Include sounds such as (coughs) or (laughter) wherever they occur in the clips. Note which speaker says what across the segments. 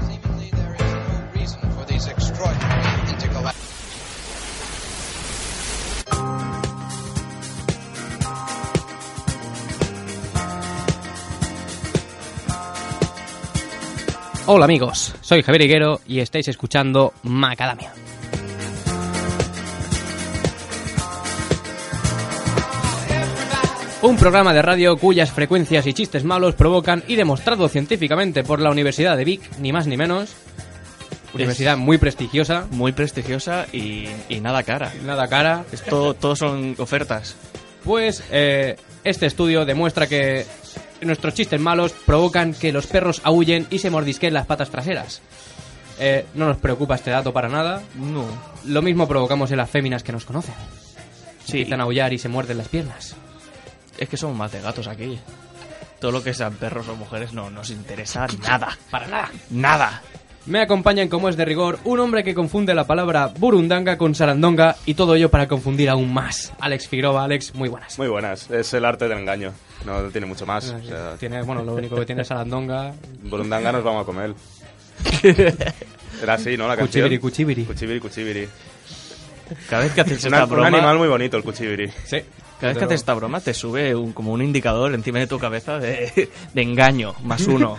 Speaker 1: Seemingly, there is no reason for these extraordinary intergalactic.
Speaker 2: Hola amigos, soy Javier Higuero y estáis escuchando Macadamia. Un programa de radio cuyas frecuencias y chistes malos provocan, y demostrado científicamente por la Universidad de Vic, ni más ni menos, universidad muy prestigiosa,
Speaker 3: muy prestigiosa y, y nada cara.
Speaker 2: nada cara,
Speaker 3: Es todo, todo son ofertas.
Speaker 2: pues eh, este estudio demuestra que nuestros chistes malos provocan que los perros aúllen y se mordisquen las patas traseras. Eh, no nos preocupa este dato para nada,
Speaker 3: No.
Speaker 2: Lo mismo provocamos en las féminas que nos conocen.
Speaker 3: Sí.
Speaker 2: Empiezan a aullar y se muerden las piernas.
Speaker 3: Es que somos más de gatos aquí. Todo lo que sean perros o mujeres no nos interesa nada.
Speaker 2: Para nada.
Speaker 3: Nada.
Speaker 2: Me acompañan, como es de rigor, un hombre que confunde la palabra burundanga con sarandonga y todo ello para confundir aún más. Alex Figueroa, Alex, muy buenas.
Speaker 4: Muy buenas. Es el arte del engaño. No tiene mucho más.
Speaker 3: Ah,
Speaker 4: O sea,
Speaker 2: Tiene, bueno, lo único que tiene es sarandonga,
Speaker 4: burundanga nos vamos
Speaker 3: (laughs)
Speaker 4: a comer. Era así, ¿no? La canción.
Speaker 2: cuchibiri, cuchibiri.
Speaker 4: Cuchibiri, cuchibiri.
Speaker 3: Cada vez que
Speaker 5: (laughs)
Speaker 3: haces
Speaker 4: Es una-
Speaker 3: esta
Speaker 4: un animal
Speaker 3: broma,
Speaker 4: muy bonito el cuchibiri. (laughs)
Speaker 2: Sí.
Speaker 3: cada vez que haces esta broma te sube un- como un indicador encima de tu cabeza de, (laughs) de engaño, más uno.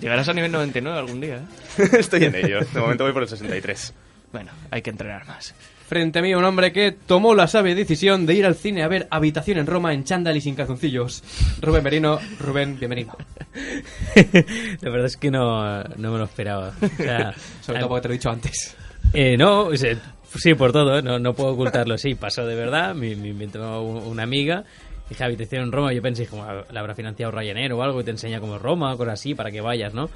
Speaker 3: Llegarás a nivel 99 algún día. ¿eh?
Speaker 4: Estoy en ello. De momento voy por el 63.
Speaker 3: Bueno, hay que entrenar más.
Speaker 2: Frente a mí un hombre que tomó la sabia decisión de ir al cine a ver Habitación en Roma en chándal y sin calzoncillos. Rubén Merino, Rubén, bienvenido.
Speaker 6: La verdad es que no, no me lo esperaba. O sea,
Speaker 2: (laughs) Sobre todo porque te lo he dicho antes.
Speaker 6: eh, no, o sea, sí, por todo, no, no puedo ocultarlo. Sí, pasó de verdad, me, me inventó u- una amiga. Dije, habitación en Roma, yo pensé, como "Ah, la habrá financiado Ryanair o algo, y te enseña como Roma, cosas así, para que vayas, ¿no?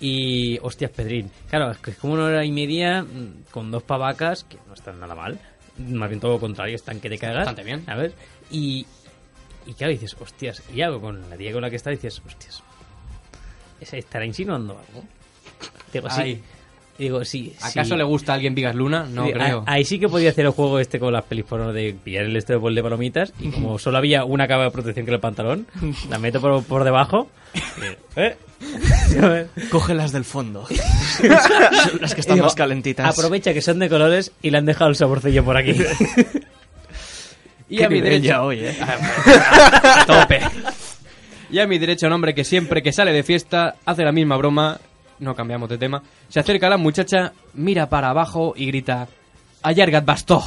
Speaker 6: Y, hostias, Pedrín, claro, es que es como una hora y media mm, con dos pavacas, que no están nada mal, más bien todo lo contrario, están que te cagas.
Speaker 2: bastante bien.
Speaker 6: A ver, y, y claro, dices, hostias, y algo con la tía con la que está, dices, hostias, ¿se ¿estará insinuando algo? Digo, sí.
Speaker 2: Ay.
Speaker 6: Digo, sí.
Speaker 2: ¿Acaso
Speaker 6: sí.
Speaker 2: le gusta a alguien Vigas Luna? No
Speaker 6: Sí, a-
Speaker 2: creo.
Speaker 6: ahí sí que podía hacer el juego este con las pelis porno de pillar el este de bol de palomitas y como solo había una capa de protección que era el pantalón, la meto por, por debajo. ¿eh? ¿sabes?
Speaker 3: Cógelas del fondo. Son (laughs) las que están
Speaker 6: Digo,
Speaker 3: más calentitas.
Speaker 6: Aprovecha que son de colores y le han dejado el saborcillo por aquí.
Speaker 2: Y a mi derecha,
Speaker 3: ya hoy, ¿eh?
Speaker 2: tope. Y a mi derecha un hombre que siempre que sale de fiesta hace la misma broma, no cambiamos de tema, se acerca a la muchacha, mira para abajo y grita, Allargat
Speaker 3: (laughs)
Speaker 2: bastó.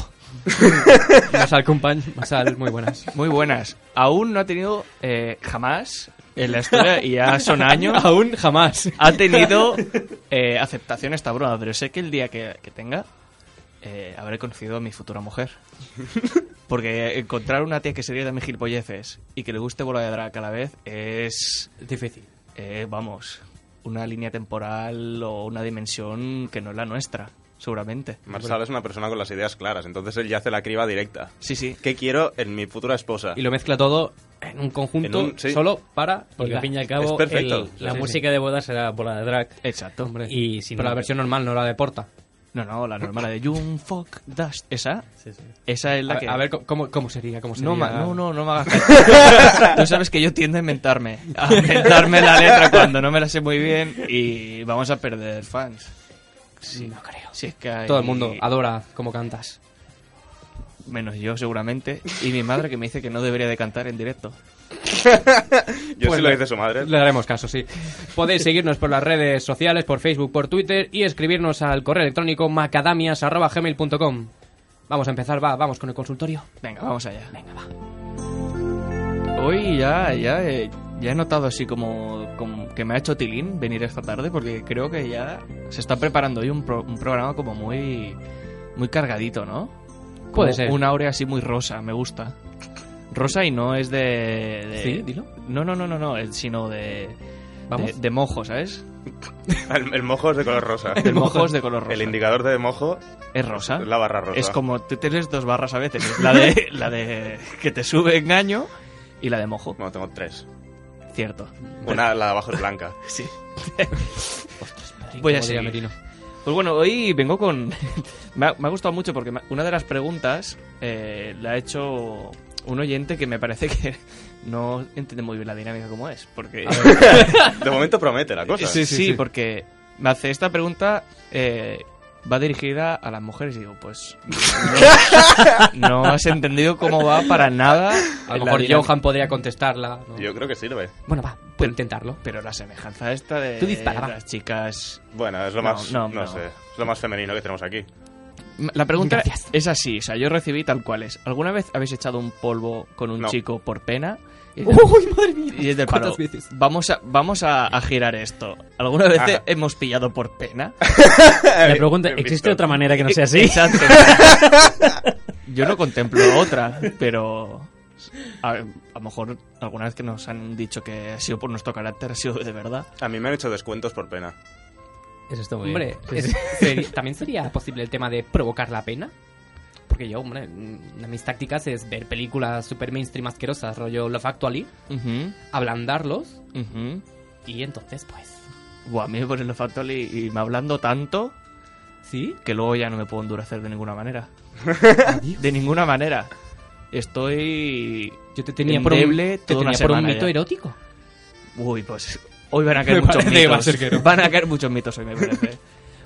Speaker 2: Masal, compañ, Masal, muy buenas.
Speaker 3: Muy buenas. Aún no ha tenido eh, jamás en la historia, y ya son
Speaker 2: (laughs)
Speaker 3: años,
Speaker 2: Aún jamás.
Speaker 3: ha tenido eh, aceptación esta broma, pero sé que el día que, que tenga eh, habré conocido a mi futura mujer. Porque encontrar una tía que se ríe de mis gilipolleces y que le guste bola de drag a la vez es,
Speaker 2: Difícil.
Speaker 3: eh, vamos, una línea temporal o una dimensión que no es la nuestra, seguramente.
Speaker 4: Marsal es una persona con las ideas claras, entonces él ya hace la criba directa.
Speaker 3: Sí, sí.
Speaker 4: ¿Qué quiero en mi futura esposa?
Speaker 2: Y lo mezcla todo en un conjunto
Speaker 4: En un- sí.
Speaker 2: solo para...
Speaker 6: Porque al fin y al
Speaker 4: Es
Speaker 6: cabo,
Speaker 4: perfecto.
Speaker 6: el- la
Speaker 4: Sí, sí.
Speaker 6: música de boda será bola de drag.
Speaker 3: Exacto.
Speaker 2: Hombre,
Speaker 6: Y si
Speaker 2: pero
Speaker 6: no-
Speaker 2: la versión normal no la deporta.
Speaker 3: No, no, la normal, la de Young Fuck Dust. Esa,
Speaker 6: Sí, sí.
Speaker 3: esa es la
Speaker 2: A,
Speaker 3: que...
Speaker 2: a ver, ¿cómo, cómo sería? ¿Cómo Pues sería?
Speaker 3: No, ma- no, no, no me
Speaker 2: (laughs)
Speaker 3: hagas caso. Tú sabes que yo tiendo a inventarme. A inventarme la letra cuando no me la sé muy bien y vamos a perder fans. Sí, no creo. Si es que hay-
Speaker 2: Todo el mundo adora cómo cantas.
Speaker 3: Menos yo, seguramente. Y mi madre que me dice que no debería de cantar en directo.
Speaker 4: Yo
Speaker 2: Pues
Speaker 4: sí lo
Speaker 2: le-
Speaker 4: dice su madre.
Speaker 2: Le daremos caso, sí. Podéis seguirnos por las redes sociales, por Facebook, por Twitter y escribirnos al correo electrónico macadamias.gmail.com. Vamos a empezar, va, vamos con el consultorio.
Speaker 3: Venga, vamos allá. Venga, va. Hoy ya, ya, eh, ya he notado así como, como que me ha hecho tilín venir esta tarde porque creo que ya se está preparando hoy un, pro- un programa como muy, muy cargadito, ¿no? Como
Speaker 2: Puede ser.
Speaker 3: Un áurea así muy rosa, me gusta. Rosa y no es de... de-
Speaker 2: Sí, dilo.
Speaker 3: No, no, no, no, no, es- sino de...
Speaker 2: Vamos.
Speaker 3: De, de mojo,
Speaker 2: (laughs)
Speaker 3: ¿sabes?
Speaker 4: El, el mojo es de color rosa.
Speaker 3: (laughs) El mojo es de color rosa.
Speaker 4: El indicador de mojo
Speaker 3: es rosa.
Speaker 4: es la barra rosa.
Speaker 3: Es como te tienes dos barras a veces. es La de, (laughs) la de que te sube engaño y la de mojo.
Speaker 4: Bueno, tengo tres.
Speaker 3: Cierto.
Speaker 4: Una, la de abajo es blanca.
Speaker 3: Sí.
Speaker 2: Como
Speaker 3: Voy a
Speaker 2: diría
Speaker 3: seguir.
Speaker 2: Merino.
Speaker 3: Pues bueno, hoy vengo con... (laughs) me, ha, me ha gustado mucho porque me- una de las preguntas eh, la ha hecho un oyente que me parece que (laughs) no entiende muy bien la dinámica como es. Porque...
Speaker 4: De momento promete la cosa.
Speaker 3: Ah, Sí, sí, porque me hace esta pregunta... eh, Va dirigida a las mujeres y digo, pues (laughs) no, no has entendido cómo va para nada.
Speaker 2: A
Speaker 3: la
Speaker 2: lo mejor
Speaker 3: dinámica.
Speaker 2: Johan podría contestarla. ¿no?
Speaker 4: Yo creo que sirve.
Speaker 2: Bueno, va, puedo intentarlo.
Speaker 3: Pero la semejanza esta de
Speaker 2: Tú dispara, va.
Speaker 3: las chicas.
Speaker 4: Bueno, es lo
Speaker 3: No,
Speaker 4: más.
Speaker 3: no,
Speaker 4: No,
Speaker 3: no.
Speaker 4: sé. Es lo más femenino que tenemos aquí.
Speaker 3: La pregunta
Speaker 2: Gracias.
Speaker 3: es así, o sea, yo recibí tal cual es. ¿Alguna vez habéis echado un polvo con un
Speaker 4: No.
Speaker 3: chico por pena? Y,
Speaker 2: ¡Uy, madre mía!
Speaker 3: y es del palo.
Speaker 2: Uh, ¿Cuántas veces?
Speaker 3: Vamos a vamos a, a girar esto. ¿Alguna vez
Speaker 4: Ajá.
Speaker 3: hemos pillado por (laughs) pena?
Speaker 6: La pregunta,
Speaker 4: Bien
Speaker 6: ¿existe
Speaker 4: visto.
Speaker 6: otra manera que no sea así? (laughs)
Speaker 3: Exacto. (laughs) yo no contemplo otra, pero a, a lo mejor alguna vez que nos han dicho que ha sido por nuestro carácter, ha sido de verdad.
Speaker 4: A mí me han hecho descuentos por pena.
Speaker 6: Eso está muy
Speaker 2: Pues, Hombre,
Speaker 6: bien. Sí,
Speaker 2: es-
Speaker 6: sí.
Speaker 2: seri- ¿también sería posible el tema de provocar la pena? Porque yo, hombre, una de mis tácticas es ver películas super mainstream asquerosas, rollo Love Actually,
Speaker 3: Ujú,
Speaker 2: ablandarlos
Speaker 3: ujú.
Speaker 2: y entonces, pues...
Speaker 3: Buah, a mí me ponen los factores y, y me hablando tanto
Speaker 2: ¿Sí?
Speaker 3: que luego ya no me puedo endurecer de ninguna manera. de ninguna manera. Estoy.
Speaker 2: Yo te tenía por
Speaker 3: Endeble
Speaker 2: un, te
Speaker 3: toda una
Speaker 2: tenía por un
Speaker 3: semana
Speaker 2: mito
Speaker 3: ya.
Speaker 2: erótico.
Speaker 3: Uy, pues. Hoy
Speaker 2: (laughs)
Speaker 3: van a caer
Speaker 2: Me
Speaker 3: muchos
Speaker 2: parece que va a
Speaker 3: mitos.
Speaker 2: ser que no.
Speaker 3: Van a caer muchos mitos hoy,
Speaker 2: (laughs)
Speaker 3: me parece.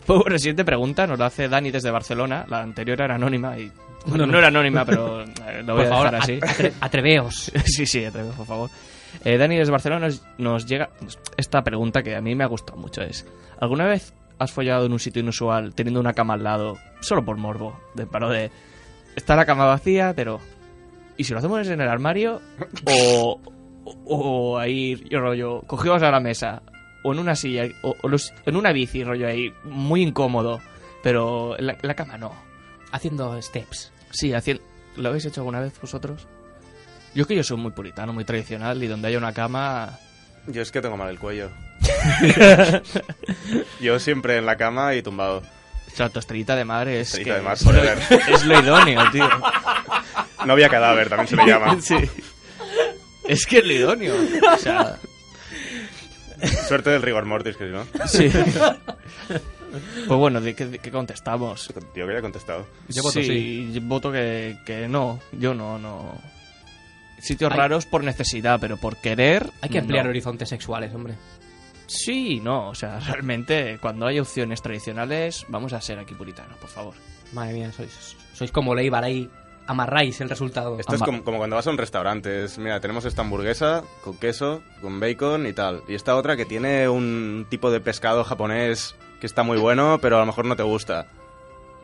Speaker 3: Pues bueno, siguiente pregunta nos la hace Dani desde Barcelona. La anterior era anónima y. Bueno, no, era anónima, pero eh, lo voy
Speaker 2: por
Speaker 3: a
Speaker 2: favor,
Speaker 3: dejar así.
Speaker 2: atre- atreveos.
Speaker 3: (laughs) sí, sí, atreves, por favor. Eh, Dani desde Barcelona nos, nos llega esta pregunta que a mí me ha gustado mucho. Es, ¿alguna vez has follado en un sitio inusual teniendo una cama al lado solo por morbo? De paro de... Está la cama vacía, pero... ¿Y si lo hacemos en el armario? O, o, o ahí, yo rollo, cogidos a la mesa. O en una silla, o, o los- en una bici, rollo ahí, muy incómodo. Pero en la, la cama no.
Speaker 2: Haciendo steps.
Speaker 3: Sí, haciendo... ¿Lo habéis hecho alguna vez vosotros? Yo es que yo soy muy puritano, muy tradicional y donde haya una cama...
Speaker 4: Yo es que tengo mal el cuello. (laughs) Yo siempre en la cama y tumbado.
Speaker 3: Exacto, estrellita de mar es...
Speaker 4: Estrellita
Speaker 3: que-
Speaker 4: de mar,
Speaker 3: es, lo,
Speaker 4: forever.
Speaker 3: es lo idóneo, tío.
Speaker 4: Novia cadáver, también se le (laughs) llama.
Speaker 3: (laughs) Sí. Es que es lo idóneo. O sea,
Speaker 4: Suerte del rigor mortis, que si no.
Speaker 3: sí. Pues bueno, ¿de qué, de qué contestamos?
Speaker 4: Tío, que ya he contestado.
Speaker 2: Yo voto sí.
Speaker 3: yo voto que, que no. Yo no, no. Sitios
Speaker 2: Hay-
Speaker 3: raros por necesidad, pero por querer...
Speaker 2: Hay que ampliar
Speaker 3: no.
Speaker 2: horizontes sexuales, hombre.
Speaker 3: Sí, no, o sea, realmente cuando hay opciones tradicionales, vamos a ser aquí puritanos, por favor.
Speaker 2: Madre mía, sois, sois como Leibar ahí. Amarráis el resultado.
Speaker 4: Esto es
Speaker 3: Amba-
Speaker 4: como, como cuando vas a un restaurante. Es, mira, tenemos esta hamburguesa con queso, con bacon y tal. Y esta otra que tiene un tipo de pescado japonés que está muy bueno, pero a lo mejor no te gusta.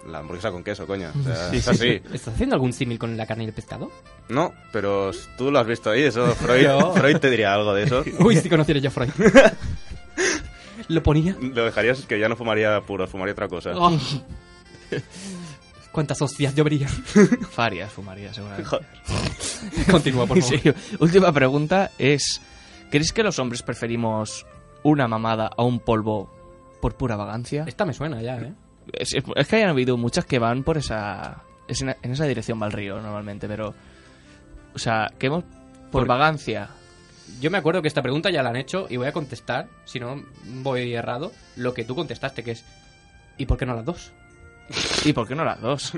Speaker 4: La hamburguesa con queso, coño. O sea, es así.
Speaker 2: ¿Estás haciendo algún símil con la carne y el pescado?
Speaker 4: No, pero s- tú lo has visto ahí, eso.
Speaker 3: (laughs)
Speaker 4: Freud, Freud te diría algo de eso.
Speaker 2: (laughs) Uy, si conociera yo a Freud. (laughs) Lo ponía.
Speaker 4: Lo dejarías es que ya no fumaría puro, fumaría otra cosa.
Speaker 2: Oh. ¿Cuántas hostias yo (laughs) vería?
Speaker 3: Farias fumaría, seguramente.
Speaker 2: Continúa, por
Speaker 3: En
Speaker 2: favor.
Speaker 3: serio. (laughs) Última pregunta es: ¿Crees que los hombres preferimos una mamada a un polvo por pura vagancia?
Speaker 2: Esta me suena ya, ¿eh?
Speaker 3: Es, es- es que hayan habido muchas que van por esa. es en, en esa dirección va el río normalmente, pero. O sea, que hemos. Por,
Speaker 2: Por-
Speaker 3: vagancia.
Speaker 2: Yo me acuerdo que esta pregunta ya la han hecho y voy a contestar, si no voy errado, lo que tú contestaste, que es ¿y por qué no las dos?
Speaker 3: ¿Y por qué no
Speaker 2: (laughs)
Speaker 3: las dos?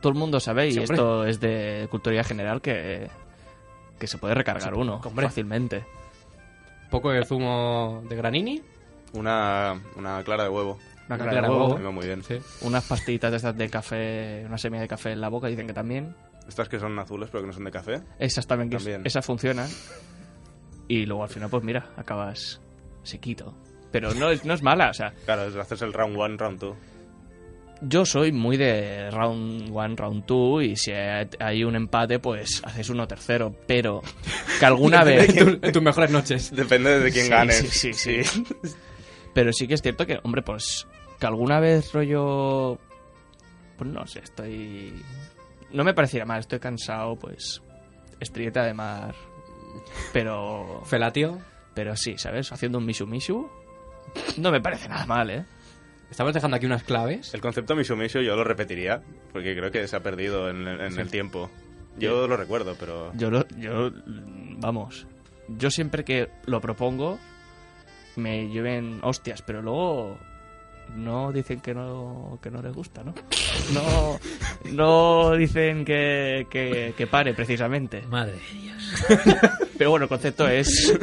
Speaker 3: Todo el mundo sabe, y
Speaker 2: Sí, hombre.
Speaker 3: esto es de cultura general, que. que se puede recargar uno
Speaker 2: hombre.
Speaker 3: fácilmente.
Speaker 2: Poco de zumo de granini,
Speaker 4: Una, una clara de huevo.
Speaker 2: Una
Speaker 3: Una clara de
Speaker 2: clara de
Speaker 3: huevo,
Speaker 4: Me va muy bien.
Speaker 2: sí.
Speaker 3: unas pastillitas de estas de café, una semilla de café en la boca, dicen que también.
Speaker 4: Estas que son azules pero que no son de café.
Speaker 3: Esas también, que-
Speaker 4: También.
Speaker 3: Esas funcionan. Y luego al final, pues mira, acabas sequito. Pero no es, no es mala, o sea,
Speaker 4: Claro, es- haces el round one, round two.
Speaker 3: yo soy muy de round one, round two, y si hay hay un empate, pues haces uno tercero, pero que
Speaker 4: (laughs)
Speaker 3: alguna vez...
Speaker 2: En tus- en tus mejores noches.
Speaker 4: Depende de quién
Speaker 3: Sí,
Speaker 4: gane.
Speaker 3: sí, sí, sí. Pero sí que es cierto que, hombre, pues que alguna vez rollo... Pues no sé, estoy... No me pareciera mal, estoy cansado, pues... Estrieta de mar. Pero...
Speaker 2: Felatio.
Speaker 3: Pero sí, ¿sabes? Haciendo un Mishu Mishu. No me parece nada mal, ¿eh?
Speaker 2: Estamos dejando aquí unas claves.
Speaker 4: El concepto Mishumishu yo lo repetiría, porque creo que se ha perdido en, en el tiempo. Yo lo recuerdo, pero...
Speaker 3: Yo, lo- yo mm, vamos, yo siempre que lo propongo me lleven hostias, pero luego no dicen que no, que no les gusta, ¿no? No, no dicen que, que, que pare, precisamente.
Speaker 6: Madre de Dios.
Speaker 3: Pero bueno, el
Speaker 2: (laughs)
Speaker 3: concepto es...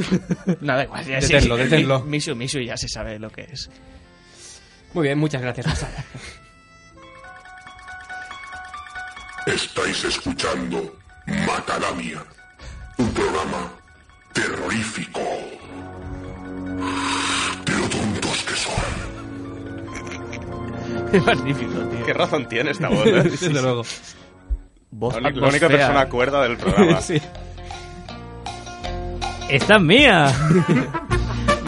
Speaker 3: Nada, igual, ya sí.
Speaker 2: Deténlo, deténlo.
Speaker 3: Mi- Mishu, Mishu ya se sabe lo que es.
Speaker 2: Muy bien, muchas gracias, Gonzalo.
Speaker 7: Estáis escuchando Macadamia, un programa terrorífico. De lo tontos que son.
Speaker 3: Magnífico, tío.
Speaker 4: ¿Qué razón tiene
Speaker 3: (laughs)
Speaker 4: esta voz? eh?
Speaker 2: Desde luego.
Speaker 3: Voz-
Speaker 4: La única- La
Speaker 3: voz
Speaker 4: única
Speaker 3: fea.
Speaker 4: persona cuerda
Speaker 3: (laughs)
Speaker 4: del programa.
Speaker 2: Sí.
Speaker 6: ¡Esta es mía! (laughs)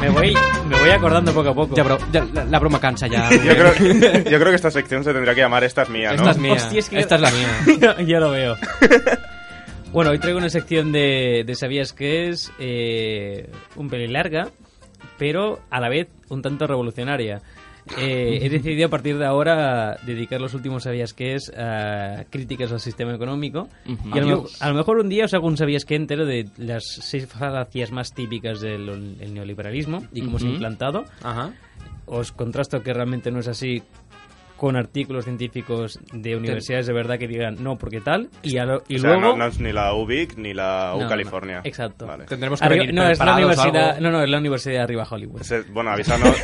Speaker 6: me, voy, me voy acordando poco a poco.
Speaker 2: Ya, bro, ya, la, la broma cansa ya.
Speaker 4: Yo creo, yo creo que esta sección se tendría que llamar Esta es mía, ¿no?
Speaker 2: Esta es mía.
Speaker 6: Hostia, es que-
Speaker 2: Esta es la mía.
Speaker 6: (laughs) ya, ya lo veo. Bueno, hoy traigo una sección de, de ¿Sabías qué es? Eh, un pelín larga, pero a la vez un tanto revolucionaria. Eh,
Speaker 3: (laughs)
Speaker 6: he decidido a partir de ahora dedicar los últimos ¿Sabías qué es? a críticas al sistema económico.
Speaker 3: Ujú.
Speaker 6: Y a lo, mejor,
Speaker 2: Adiós.
Speaker 6: a lo mejor un día os hago un ¿Sabías qué? entero de las seis falacias más típicas del el neoliberalismo y cómo se ha
Speaker 3: Ujú.
Speaker 6: implantado
Speaker 2: Ajá.
Speaker 6: os contrasto que realmente no es así con artículos científicos de universidades de verdad que digan no porque tal y, a lo- y
Speaker 4: O sea,
Speaker 6: luego
Speaker 4: no, no es ni la UBIC ni la U
Speaker 6: No, no,
Speaker 4: California.
Speaker 6: no. Exacto.
Speaker 4: Vale.
Speaker 2: Tendremos que
Speaker 6: Arriba-
Speaker 2: venir
Speaker 6: no es la
Speaker 2: preparados o
Speaker 6: universidad
Speaker 2: algo.
Speaker 6: no no es la universidad de arriba Hollywood
Speaker 4: Ese- bueno, avísanos,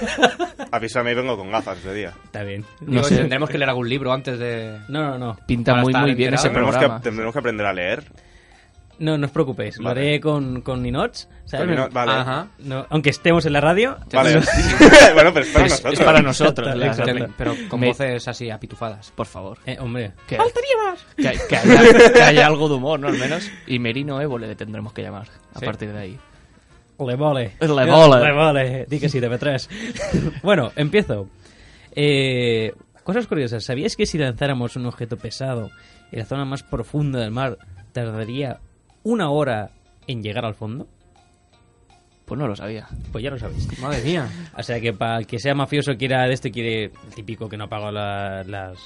Speaker 4: avísame y vengo con gafas ese día.
Speaker 6: está bien
Speaker 2: Digo,
Speaker 3: No sé.
Speaker 2: Tendremos que leer algún libro antes de...
Speaker 6: no no no
Speaker 3: Pinta
Speaker 2: Para
Speaker 3: muy,
Speaker 2: estar
Speaker 3: muy bien
Speaker 2: enterado.
Speaker 3: ese
Speaker 4: Tendremos que,
Speaker 3: programa.
Speaker 4: tendremos que aprender a leer.
Speaker 6: no, no os preocupéis lo
Speaker 4: Vale.
Speaker 6: haré con con Ninots ¿sabes?
Speaker 4: Porque no- vale.
Speaker 2: Ajá.
Speaker 6: No, aunque estemos en la radio
Speaker 4: (laughs) Vale. bueno, pero es para
Speaker 3: Es,
Speaker 4: nosotros.
Speaker 3: es para nosotros.
Speaker 6: Exacto,
Speaker 3: la-
Speaker 6: exacto.
Speaker 3: la-
Speaker 2: Pero con
Speaker 3: Me-
Speaker 2: voces así apitufadas.
Speaker 3: Por favor.
Speaker 6: Eh, hombre
Speaker 3: Que, que, que haya, que haya algo de humor, ¿no? Al menos. Y Merino Evo le tendremos que llamar a
Speaker 2: Sí.
Speaker 3: partir de ahí.
Speaker 6: Le vole.
Speaker 3: Le vole.
Speaker 6: Le vole. Di que sí, TV3. (laughs) bueno, empiezo. Eh, cosas curiosas. ¿Sabías que si lanzáramos un objeto pesado en la zona más profunda del mar, tardaría una hora en llegar al fondo?
Speaker 3: Pues no lo sabía.
Speaker 6: Pues ya lo sabéis.
Speaker 2: Madre mía.
Speaker 6: O sea que para el que sea mafioso quiera de esto, quiere el típico que no ha pagado la- las,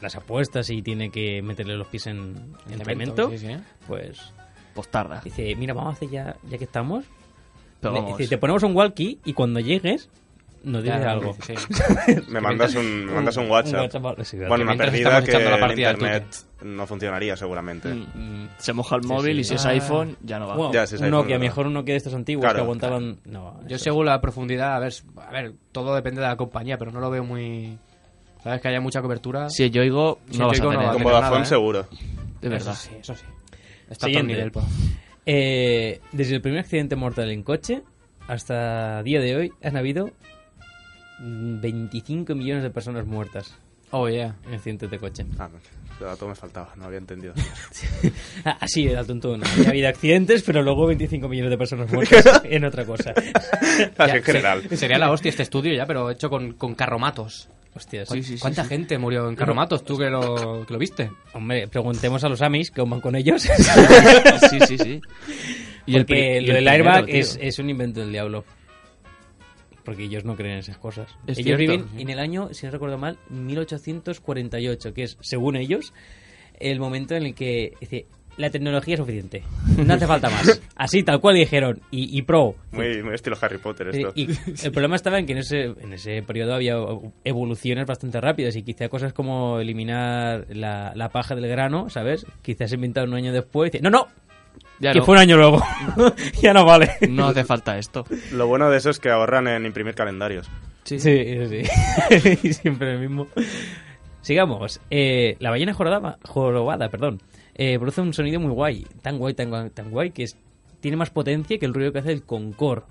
Speaker 6: las apuestas y tiene que meterle los pies en, en cemento,
Speaker 2: Sí, ¿eh? sí.
Speaker 6: pues
Speaker 3: Pues tarda.
Speaker 6: dice, mira, vamos a hacer ya, ya que estamos,
Speaker 3: Pero
Speaker 6: Le-
Speaker 3: vamos.
Speaker 6: dice, te ponemos un walkie y cuando llegues nos dices
Speaker 2: Ya,
Speaker 6: algo.
Speaker 2: sí.
Speaker 4: Me mandas un, me mandas un WhatsApp.
Speaker 6: sí,
Speaker 4: Bueno, una
Speaker 2: mientras
Speaker 4: perdida
Speaker 2: estamos
Speaker 4: que
Speaker 2: echando la
Speaker 4: el
Speaker 2: partida al
Speaker 4: internet no funcionaría seguramente.
Speaker 3: Mm,
Speaker 6: Mm,
Speaker 3: Se moja el
Speaker 6: Sí,
Speaker 3: móvil
Speaker 6: sí.
Speaker 3: y si es
Speaker 6: Ah.
Speaker 3: iPhone, ya no va.
Speaker 6: bueno,
Speaker 4: Ya, si es
Speaker 6: un
Speaker 4: iPhone,
Speaker 6: Nokia,
Speaker 4: ¿verdad?
Speaker 6: mejor un Nokia de estos antiguos
Speaker 4: Claro.
Speaker 6: que aguantaban... No,
Speaker 2: Yo
Speaker 6: eso-
Speaker 2: según la profundidad, a ver, a ver, todo depende de la compañía, pero no lo veo muy... ¿Sabes? Que haya mucha cobertura.
Speaker 3: Si yo oigo,
Speaker 2: Si
Speaker 3: no vas a
Speaker 2: Yoigo no
Speaker 3: tener.
Speaker 2: va a
Speaker 4: Con
Speaker 2: tener nada,
Speaker 4: Vodafone
Speaker 2: ¿eh?
Speaker 4: seguro.
Speaker 3: De verdad.
Speaker 2: Eso sí, eso sí. Está a otro
Speaker 6: Siguiente.
Speaker 2: nivel, po.
Speaker 6: Eh, desde el primer accidente mortal en coche hasta día de hoy han habido mm, 25 millones de personas muertas
Speaker 2: Oh, yeah.
Speaker 6: en accidentes de coche.
Speaker 4: Ah, ese dato me faltaba, no había entendido.
Speaker 6: Ah, Así era tonto. No había habido accidentes, pero luego 25 millones de personas
Speaker 4: (laughs)
Speaker 6: muertas en otra cosa.
Speaker 4: Así
Speaker 2: Ya,
Speaker 4: Ah, en general.
Speaker 2: se- Sería la hostia este estudio ya, pero hecho con, con carromatos.
Speaker 6: Hostias.
Speaker 2: ¿Cu- ¿Cuánta gente murió en carromatos? ¿Tú que lo, que lo viste?
Speaker 6: Hombre, preguntemos a los Amis que van con ellos.
Speaker 3: Sí, sí, sí.
Speaker 6: Porque
Speaker 3: pri- y
Speaker 6: lo del
Speaker 3: primero,
Speaker 6: airbag
Speaker 3: tío.
Speaker 6: es, es un invento del diablo. Porque ellos no creen en esas cosas.
Speaker 3: Es
Speaker 6: ellos
Speaker 3: cierto.
Speaker 6: viven en el año, si no recuerdo mal, 1848, que es, según ellos, el momento en el que dice, la tecnología es suficiente. No hace falta más.
Speaker 3: (laughs)
Speaker 6: Así, tal cual dijeron. Y, y pro.
Speaker 4: Muy, muy estilo Harry Potter
Speaker 6: Eh,
Speaker 4: esto.
Speaker 6: Y el problema estaba en que en ese, en ese periodo había evoluciones bastante rápidas y quizá cosas como eliminar la, la paja del grano, ¿sabes? Quizás inventado un año después y dice, no, no,
Speaker 3: Ya
Speaker 6: que
Speaker 3: no, Mm.
Speaker 6: fue un año luego. (laughs) ya no vale.
Speaker 3: no hace falta esto.
Speaker 4: Lo bueno de eso es que ahorran en imprimir calendarios.
Speaker 6: Sí, sí. sí. (laughs) Y Siempre el mismo. Sigamos. Eh, la ballena jorobada, jorobada perdón, eh, produce un sonido muy guay. Tan guay, tan guay, tan guay, que es- tiene más potencia que el ruido que hace el Concorde.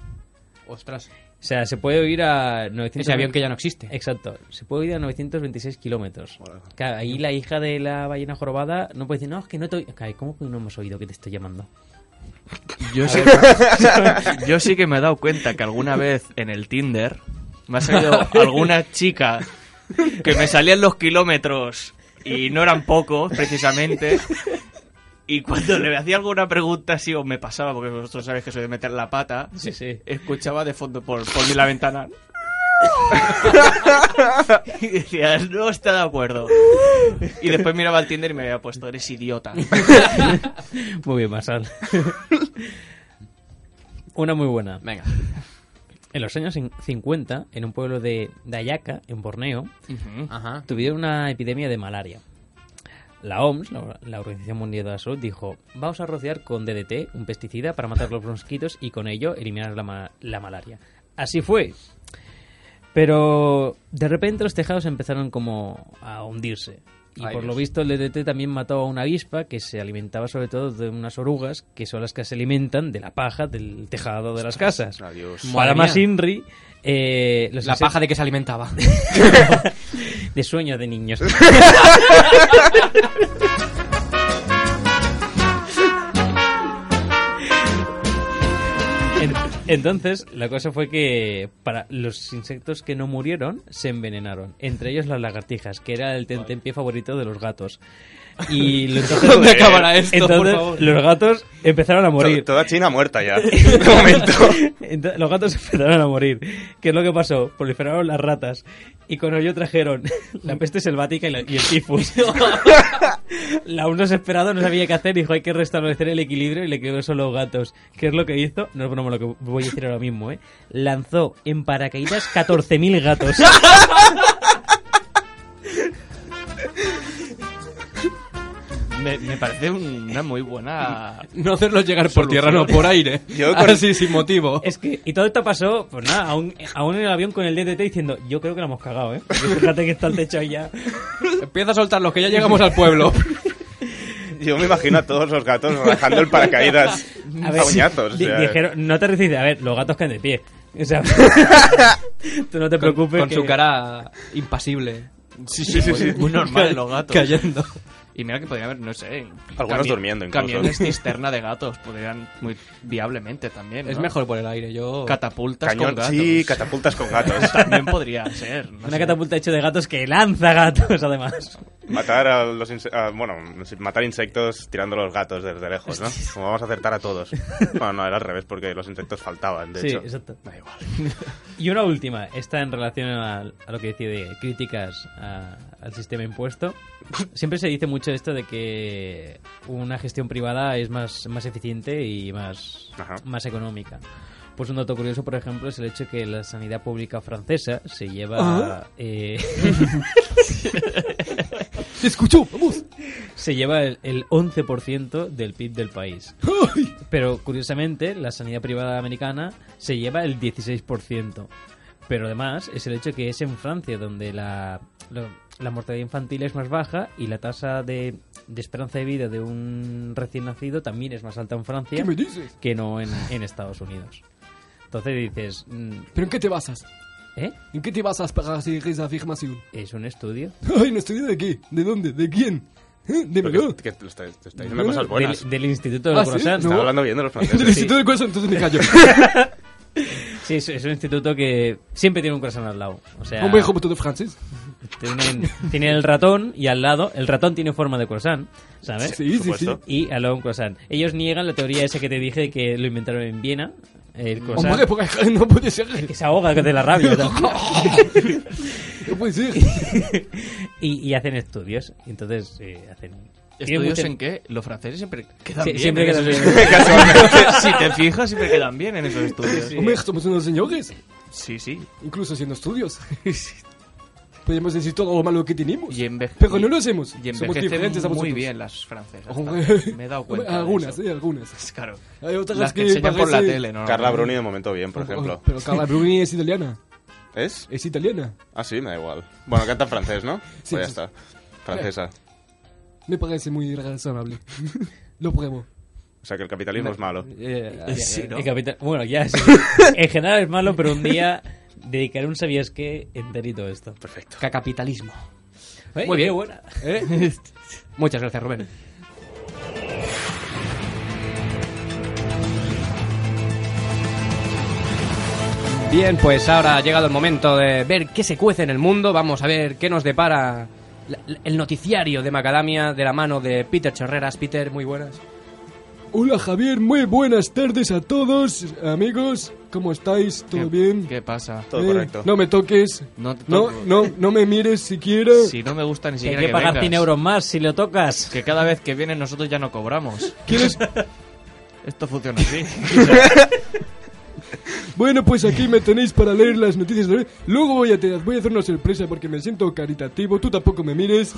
Speaker 2: Ostras.
Speaker 6: O sea, se puede oír a 900...
Speaker 2: Ese avión que ya no existe.
Speaker 6: Exacto. Se puede oír a 926 kilómetros. Claro, ahí la hija de la ballena jorobada no puede decir, no, es que no te oí-". Claro, ¿Cómo que no hemos oído que te estoy llamando?
Speaker 3: Yo sí, (laughs) yo sí que me he dado cuenta que alguna vez en el Tinder me ha salido alguna chica que me salían los kilómetros y no eran pocos, precisamente. Y cuando le hacía alguna pregunta así o me pasaba, porque vosotros sabéis que soy de meter la pata,
Speaker 6: Sí, sí.
Speaker 3: escuchaba de fondo por, por mí la ventana. y decía, no está de acuerdo. Y después miraba al Tinder y me había puesto, eres idiota.
Speaker 6: Muy bien, Masal. Una muy buena.
Speaker 2: Venga.
Speaker 6: En los años cin- 50, en un pueblo de Dayaca, en Borneo,
Speaker 3: Mm.
Speaker 2: Ajá.
Speaker 6: tuvieron una epidemia de malaria. La OMS, la, la Organización Mundial de la Salud, dijo, vamos a rociar con DDT, un pesticida, para matar los mosquitos y con ello eliminar la, ma- la malaria. Así fue. Pero de repente los tejados empezaron como a hundirse. Y
Speaker 2: Ay,
Speaker 6: por lo
Speaker 2: Dios.
Speaker 6: visto el DDT también mató a una avispa que se alimentaba sobre todo de unas orugas que son las que se alimentan de la paja del tejado de las casas.
Speaker 4: Adiós.
Speaker 6: Para
Speaker 2: Madre
Speaker 6: más
Speaker 2: mía.
Speaker 6: Inri, eh, los
Speaker 2: La
Speaker 6: insectos-
Speaker 2: paja de que se
Speaker 4: (laughs)
Speaker 2: alimentaba.
Speaker 6: de sueños de niños. En- Entonces, la cosa fue que para los insectos que no murieron se envenenaron, entre ellos las lagartijas, que era el tentempié favorito de los gatos.
Speaker 2: (laughs)
Speaker 6: Y lo- entonces,
Speaker 2: ¿Dónde acabará esto, por
Speaker 6: entonces
Speaker 2: favor?
Speaker 6: los gatos empezaron a morir.
Speaker 4: To- Toda China muerta ya. De
Speaker 6: (laughs)
Speaker 4: momento.
Speaker 6: Ento- los gatos (laughs) empezaron a morir. ¿Qué es lo que pasó? Proliferaron las ratas y con ello trajeron (laughs) la peste selvática y, la- y el tifus. la un desesperado no sabía qué hacer dijo hay que restablecer el equilibrio y le quedó solo los gatos. ¿Qué es lo que hizo? No es broma lo que voy a decir ahora mismo, ¿eh? Lanzó en paracaídas 14.000 gatos.
Speaker 3: Me, me parece una muy buena.
Speaker 2: No hacerlos llegar por tierra, no, por aire.
Speaker 4: Yo con-
Speaker 2: Así, sin (laughs) motivo.
Speaker 6: Es que, y todo esto pasó, pues nada, aún, aún en el avión con el DDT diciendo, yo creo que la hemos cagado, ¿eh? Porque fíjate que está el techo ahí ya.
Speaker 2: Empieza a soltar los que ya llegamos al (laughs) pueblo.
Speaker 4: Yo me imagino a todos los gatos bajando el paracaídas a,
Speaker 6: sí,
Speaker 4: uñazos, o
Speaker 6: di-
Speaker 4: sea,
Speaker 6: dijeron, no te recibes. A ver, los gatos caen de pie. O
Speaker 4: (laughs)
Speaker 6: sea, tú no te
Speaker 2: Con,
Speaker 6: preocupes.
Speaker 2: con
Speaker 6: que-
Speaker 2: su cara impasible.
Speaker 3: Sí, sí, sí, Pues Muy normal de los
Speaker 2: (laughs)
Speaker 3: gatos.
Speaker 2: Cayendo.
Speaker 3: Y mira que podrían haber, no sé.
Speaker 4: Algunos durmiendo incluso. (laughs)
Speaker 3: Camiones cisterna de gatos podrían muy viablemente también. ¿no?
Speaker 2: Es mejor por el aire, yo...
Speaker 3: Catapultas con
Speaker 4: Cañón,
Speaker 3: gatos.
Speaker 4: sí, catapultas con gatos.
Speaker 3: También podría ser. no
Speaker 6: Una
Speaker 3: sé.
Speaker 6: catapulta hecha de gatos que lanza gatos, además.
Speaker 4: Matar a los inse- a- bueno, matar insectos tirando los gatos desde lejos, ¿no? Como vamos a acertar a todos. Bueno, no, era al revés porque los insectos faltaban, de
Speaker 6: sí,
Speaker 4: hecho.
Speaker 6: exacto. Da igual. (laughs) y una última, esta en relación a, a lo que decía de críticas a- al sistema impuesto. Siempre se dice mucho esto de que una gestión privada es más, más eficiente y más,
Speaker 4: Ajá.
Speaker 6: más económica. Pues un dato curioso, por ejemplo, es el hecho que la sanidad pública francesa se lleva... eh,
Speaker 2: ¡Se escuchó! ¡Vamos!
Speaker 6: se lleva el, el 11% del PIB
Speaker 2: (laughs)
Speaker 6: del país. Pero curiosamente, la sanidad privada americana se lleva el 16%. Pero además es el hecho que es en Francia donde la, lo- la mortalidad infantil es más baja y la tasa de, de esperanza de vida de un recién nacido también es más alta en Francia
Speaker 2: dices?
Speaker 6: que no en, en Estados Unidos. Entonces dices, mm,
Speaker 2: ¿Pero en qué te basas?
Speaker 6: ¿eh?
Speaker 2: ¿En qué te basas para hacer esa afirmación?
Speaker 6: ¿Es un estudio?
Speaker 2: Ay, no estoy de aquí. ¿de dónde? ¿De quién? ¿Eh?
Speaker 4: Pero que, que te está, te está diciendo cosas buenas.
Speaker 6: Del, del Instituto de los
Speaker 2: Ah, ¿sí?
Speaker 6: Croissants.
Speaker 4: Estaba
Speaker 2: No.
Speaker 4: hablando bien de los
Speaker 2: (laughs)
Speaker 4: franceses.
Speaker 2: Necesito el corazón, entonces me
Speaker 3: (laughs)
Speaker 2: callo.
Speaker 6: Sí, es, es un instituto que siempre tiene un croissant al lado. O sea,
Speaker 2: Un buen como todo francés.
Speaker 6: tienen, tiene el ratón y al lado, el ratón tiene forma de croissant,
Speaker 3: ¿Eh?
Speaker 6: ¿sabes?
Speaker 2: Sí, sí, sí.
Speaker 4: supuesto.
Speaker 6: Y al lado un croissant. Ellos niegan la teoría esa que te dije de que lo inventaron en Viena, el croissant.
Speaker 2: Hombre, pues- porque (laughs) no puede ser.
Speaker 6: que se ahoga de la rabia. tal.
Speaker 2: No puede
Speaker 3: (laughs)
Speaker 2: ser.
Speaker 6: y, y hacen estudios. Y entonces eh, hacen... tienen
Speaker 3: ¿Estudios
Speaker 6: mucha-
Speaker 3: en qué? ¿eh? Los franceses siempre quedan
Speaker 6: Sí,
Speaker 3: bien.
Speaker 6: siempre
Speaker 3: en
Speaker 6: quedan
Speaker 3: esos
Speaker 4: (laughs)
Speaker 6: bien.
Speaker 3: estudios. Casualmente, si te fijas, siempre quedan bien en esos estudios.
Speaker 2: Hombre, somos unos señores.
Speaker 3: Sí, sí.
Speaker 2: Incluso haciendo
Speaker 3: (laughs)
Speaker 2: estudios. Podemos decir todo lo malo que tenemos.
Speaker 3: Y, enveje-
Speaker 2: Pero no lo hacemos.
Speaker 3: y
Speaker 2: Somos
Speaker 3: envejecen
Speaker 2: diferentes a vosotros. (laughs)
Speaker 3: muy bien las francesas.
Speaker 2: Hombre.
Speaker 3: también. Me he dado cuenta. de
Speaker 2: Algunas,
Speaker 3: eso.
Speaker 2: eh, algunas.
Speaker 3: Claro.
Speaker 2: Hay otras
Speaker 3: Las que
Speaker 2: que
Speaker 3: enseñan por la
Speaker 2: parece-
Speaker 3: tele, ¿no?
Speaker 4: Carla Bruni de momento bien,
Speaker 2: Oh,
Speaker 4: por ejemplo.
Speaker 2: Pero
Speaker 3: (laughs)
Speaker 2: Carla Bruni es italiana.
Speaker 4: ¿Es?
Speaker 2: Es italiana.
Speaker 4: Ah, sí, me da igual. Bueno, canta en francés, ¿no?
Speaker 2: Sí,
Speaker 4: pues ya
Speaker 2: sí.
Speaker 4: está. Francesa.
Speaker 8: Me parece muy
Speaker 2: (laughs)
Speaker 8: razonable. Lo pruebo.
Speaker 5: O sea que el capitalismo es malo.
Speaker 8: Eh,
Speaker 3: Sí, ¿no?
Speaker 6: El capitán- Bueno, ya
Speaker 3: (laughs)
Speaker 6: sí. en general es malo, pero un día dedicaré un sabías que enterito a esto.
Speaker 5: Perfecto.
Speaker 8: capitalismo.
Speaker 6: Eh,
Speaker 8: Muy
Speaker 6: qué
Speaker 8: bien.
Speaker 6: buena.
Speaker 8: ¿Eh? (laughs) Muchas gracias, Rubén. Bien, pues ahora ha llegado el momento de ver qué se cuece en el mundo. Vamos a ver qué nos depara la- la- el noticiario de Macadamia de la mano de Peter Cherreras. Peter, muy buenas.
Speaker 2: Hola Javier, muy buenas tardes a todos, amigos. ¿Cómo estáis? ¿Todo
Speaker 3: ¿Qué-
Speaker 2: bien?
Speaker 3: ¿Qué pasa?
Speaker 5: Todo
Speaker 2: Eh,
Speaker 5: correcto.
Speaker 2: No me toques.
Speaker 3: No te
Speaker 2: No,
Speaker 3: toco.
Speaker 2: no, no me mires siquiera.
Speaker 3: Si no me gusta ni
Speaker 6: Que hay
Speaker 3: siquiera
Speaker 6: que
Speaker 3: que
Speaker 6: pagar
Speaker 3: vengas.
Speaker 6: 100 euros más si lo tocas.
Speaker 3: Que cada vez que vienen nosotros ya no cobramos. (laughs)
Speaker 2: ¿Quieres?
Speaker 3: Esto funciona (laughs) así.
Speaker 2: Bueno, pues aquí me tenéis para leer las noticias de hoy. Luego voy a, te voy a hacer una sorpresa porque me siento caritativo. Tú tampoco me
Speaker 3: (laughs)
Speaker 2: mires.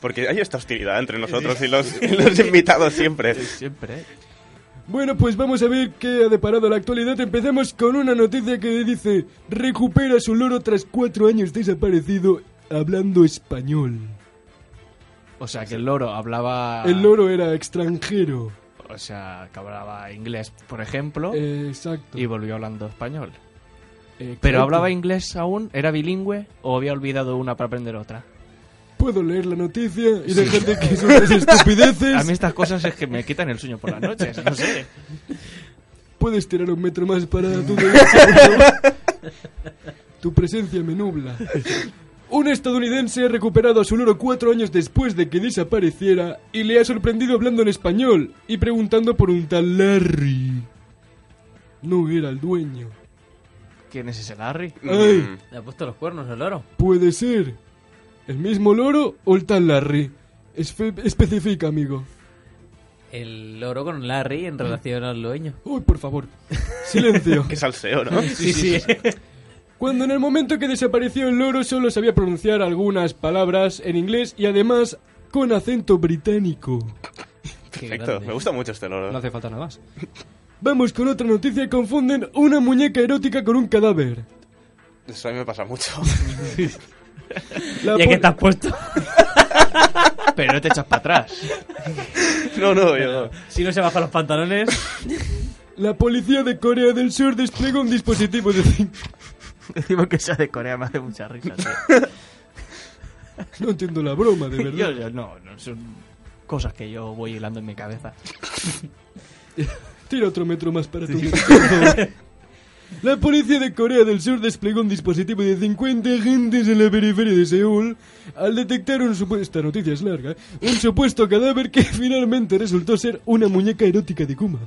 Speaker 5: Porque hay esta hostilidad entre nosotros y los, y (laughs) los invitados siempre.
Speaker 3: Siempre. ¿eh?
Speaker 2: Bueno, pues vamos a ver qué ha deparado la actualidad. Empezamos con una noticia que dice: Recupera su loro tras cuatro años desaparecido hablando español.
Speaker 3: O sea, que el loro hablaba...
Speaker 2: El loro era extranjero.
Speaker 3: O sea, que hablaba inglés, por ejemplo,
Speaker 2: Eh, exacto.
Speaker 3: y volvió hablando español.
Speaker 2: Eh,
Speaker 3: ¿Pero
Speaker 2: correcto.
Speaker 3: hablaba inglés aún? ¿Era bilingüe? ¿O había olvidado una para aprender otra?
Speaker 2: Puedo leer la noticia y dejar de que son
Speaker 3: (laughs)
Speaker 2: unas estupideces.
Speaker 3: A mí estas cosas es que me quitan el sueño por las noches, no sé.
Speaker 2: Puedes tirar un metro más para tu derecha, por favor? Tu presencia me nubla. Un estadounidense ha recuperado a su loro cuatro años después de que desapareciera y le ha sorprendido hablando en español y preguntando por un tal Larry. No era el dueño.
Speaker 3: ¿Quién es ese Larry?
Speaker 5: Mm,
Speaker 2: Ay.
Speaker 6: Le ha puesto los cuernos el loro.
Speaker 2: Puede ser. ¿El mismo loro o el tal Larry? Esfe- especifica, amigo.
Speaker 6: El loro con Larry en relación al dueño.
Speaker 2: Uy, por favor. Silencio.
Speaker 5: Qué salseo, ¿no?
Speaker 6: Sí, sí.
Speaker 2: Cuando en el momento que desapareció el loro solo sabía pronunciar algunas palabras en inglés y además con acento británico.
Speaker 6: Qué
Speaker 5: Perfecto.
Speaker 6: grande.
Speaker 5: Me gusta mucho este
Speaker 8: No
Speaker 5: loro.
Speaker 8: hace falta nada más.
Speaker 2: Vamos con otra noticia, confunden una muñeca erótica con un cadáver.
Speaker 5: Eso a mí me
Speaker 2: (laughs)
Speaker 5: pasa mucho.
Speaker 2: La
Speaker 6: Ya que
Speaker 2: pol-
Speaker 6: estás puesto.
Speaker 3: Pero no te echas para atrás.
Speaker 5: No, no, yo.
Speaker 6: Si no se baja los pantalones.
Speaker 2: la policía de Corea del Sur desplegó un dispositivo de... cin-
Speaker 3: Digo que sea de Corea, me hace mucha risa, tío.
Speaker 2: (laughs) No entiendo la broma,
Speaker 6: (laughs)
Speaker 2: de
Speaker 3: Yo,
Speaker 2: verdad.
Speaker 3: yo- no, no, son cosas que yo voy hilando en mi cabeza.
Speaker 2: Tira otro metro más para tu derecha, por favor. La policía de Corea del Sur desplegó un dispositivo de 50 agentes en la periferia de Seúl al detectar un supuesto... Esta noticia es larga. ¿eh? Un supuesto cadáver que (laughs) finalmente resultó ser una muñeca erótica de Kuma.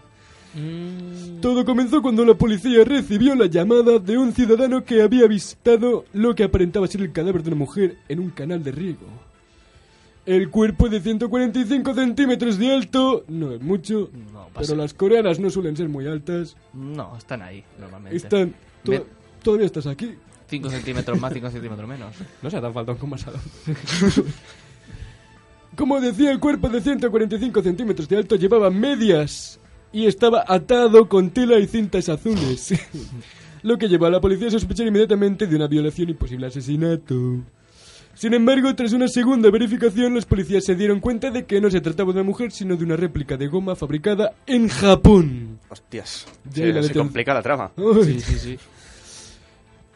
Speaker 2: Todo comenzó cuando la policía recibió la llamada de un ciudadano que había avistado lo que aparentaba ser el cadáver de una mujer en un canal de riego. El cuerpo de 145 centímetros de alto, no es mucho,
Speaker 3: No, pasa.
Speaker 2: pero las coreanas no suelen ser muy altas.
Speaker 3: No, están ahí, normalmente.
Speaker 2: Están. to-
Speaker 3: Me-
Speaker 2: Todavía estás aquí.
Speaker 3: 5 centímetros más, 5 centímetros menos.
Speaker 8: No se ha tan falta un conversador.
Speaker 2: (laughs) Como decía, el cuerpo de 145 centímetros de alto llevaba medias y estaba atado con tela y
Speaker 8: (laughs)
Speaker 2: cintas azules. Lo que llevó a la policía a sospechar inmediatamente de una violación y posible asesinato. Sin embargo, tras una segunda verificación, los policías se dieron cuenta de que no se trataba de una mujer, sino de una réplica de goma fabricada en Japón.
Speaker 5: Hostias.
Speaker 2: Ya,
Speaker 5: Se,
Speaker 2: la
Speaker 5: se
Speaker 2: letra-
Speaker 5: complica la trama.
Speaker 2: Ay,
Speaker 3: Sí, sí.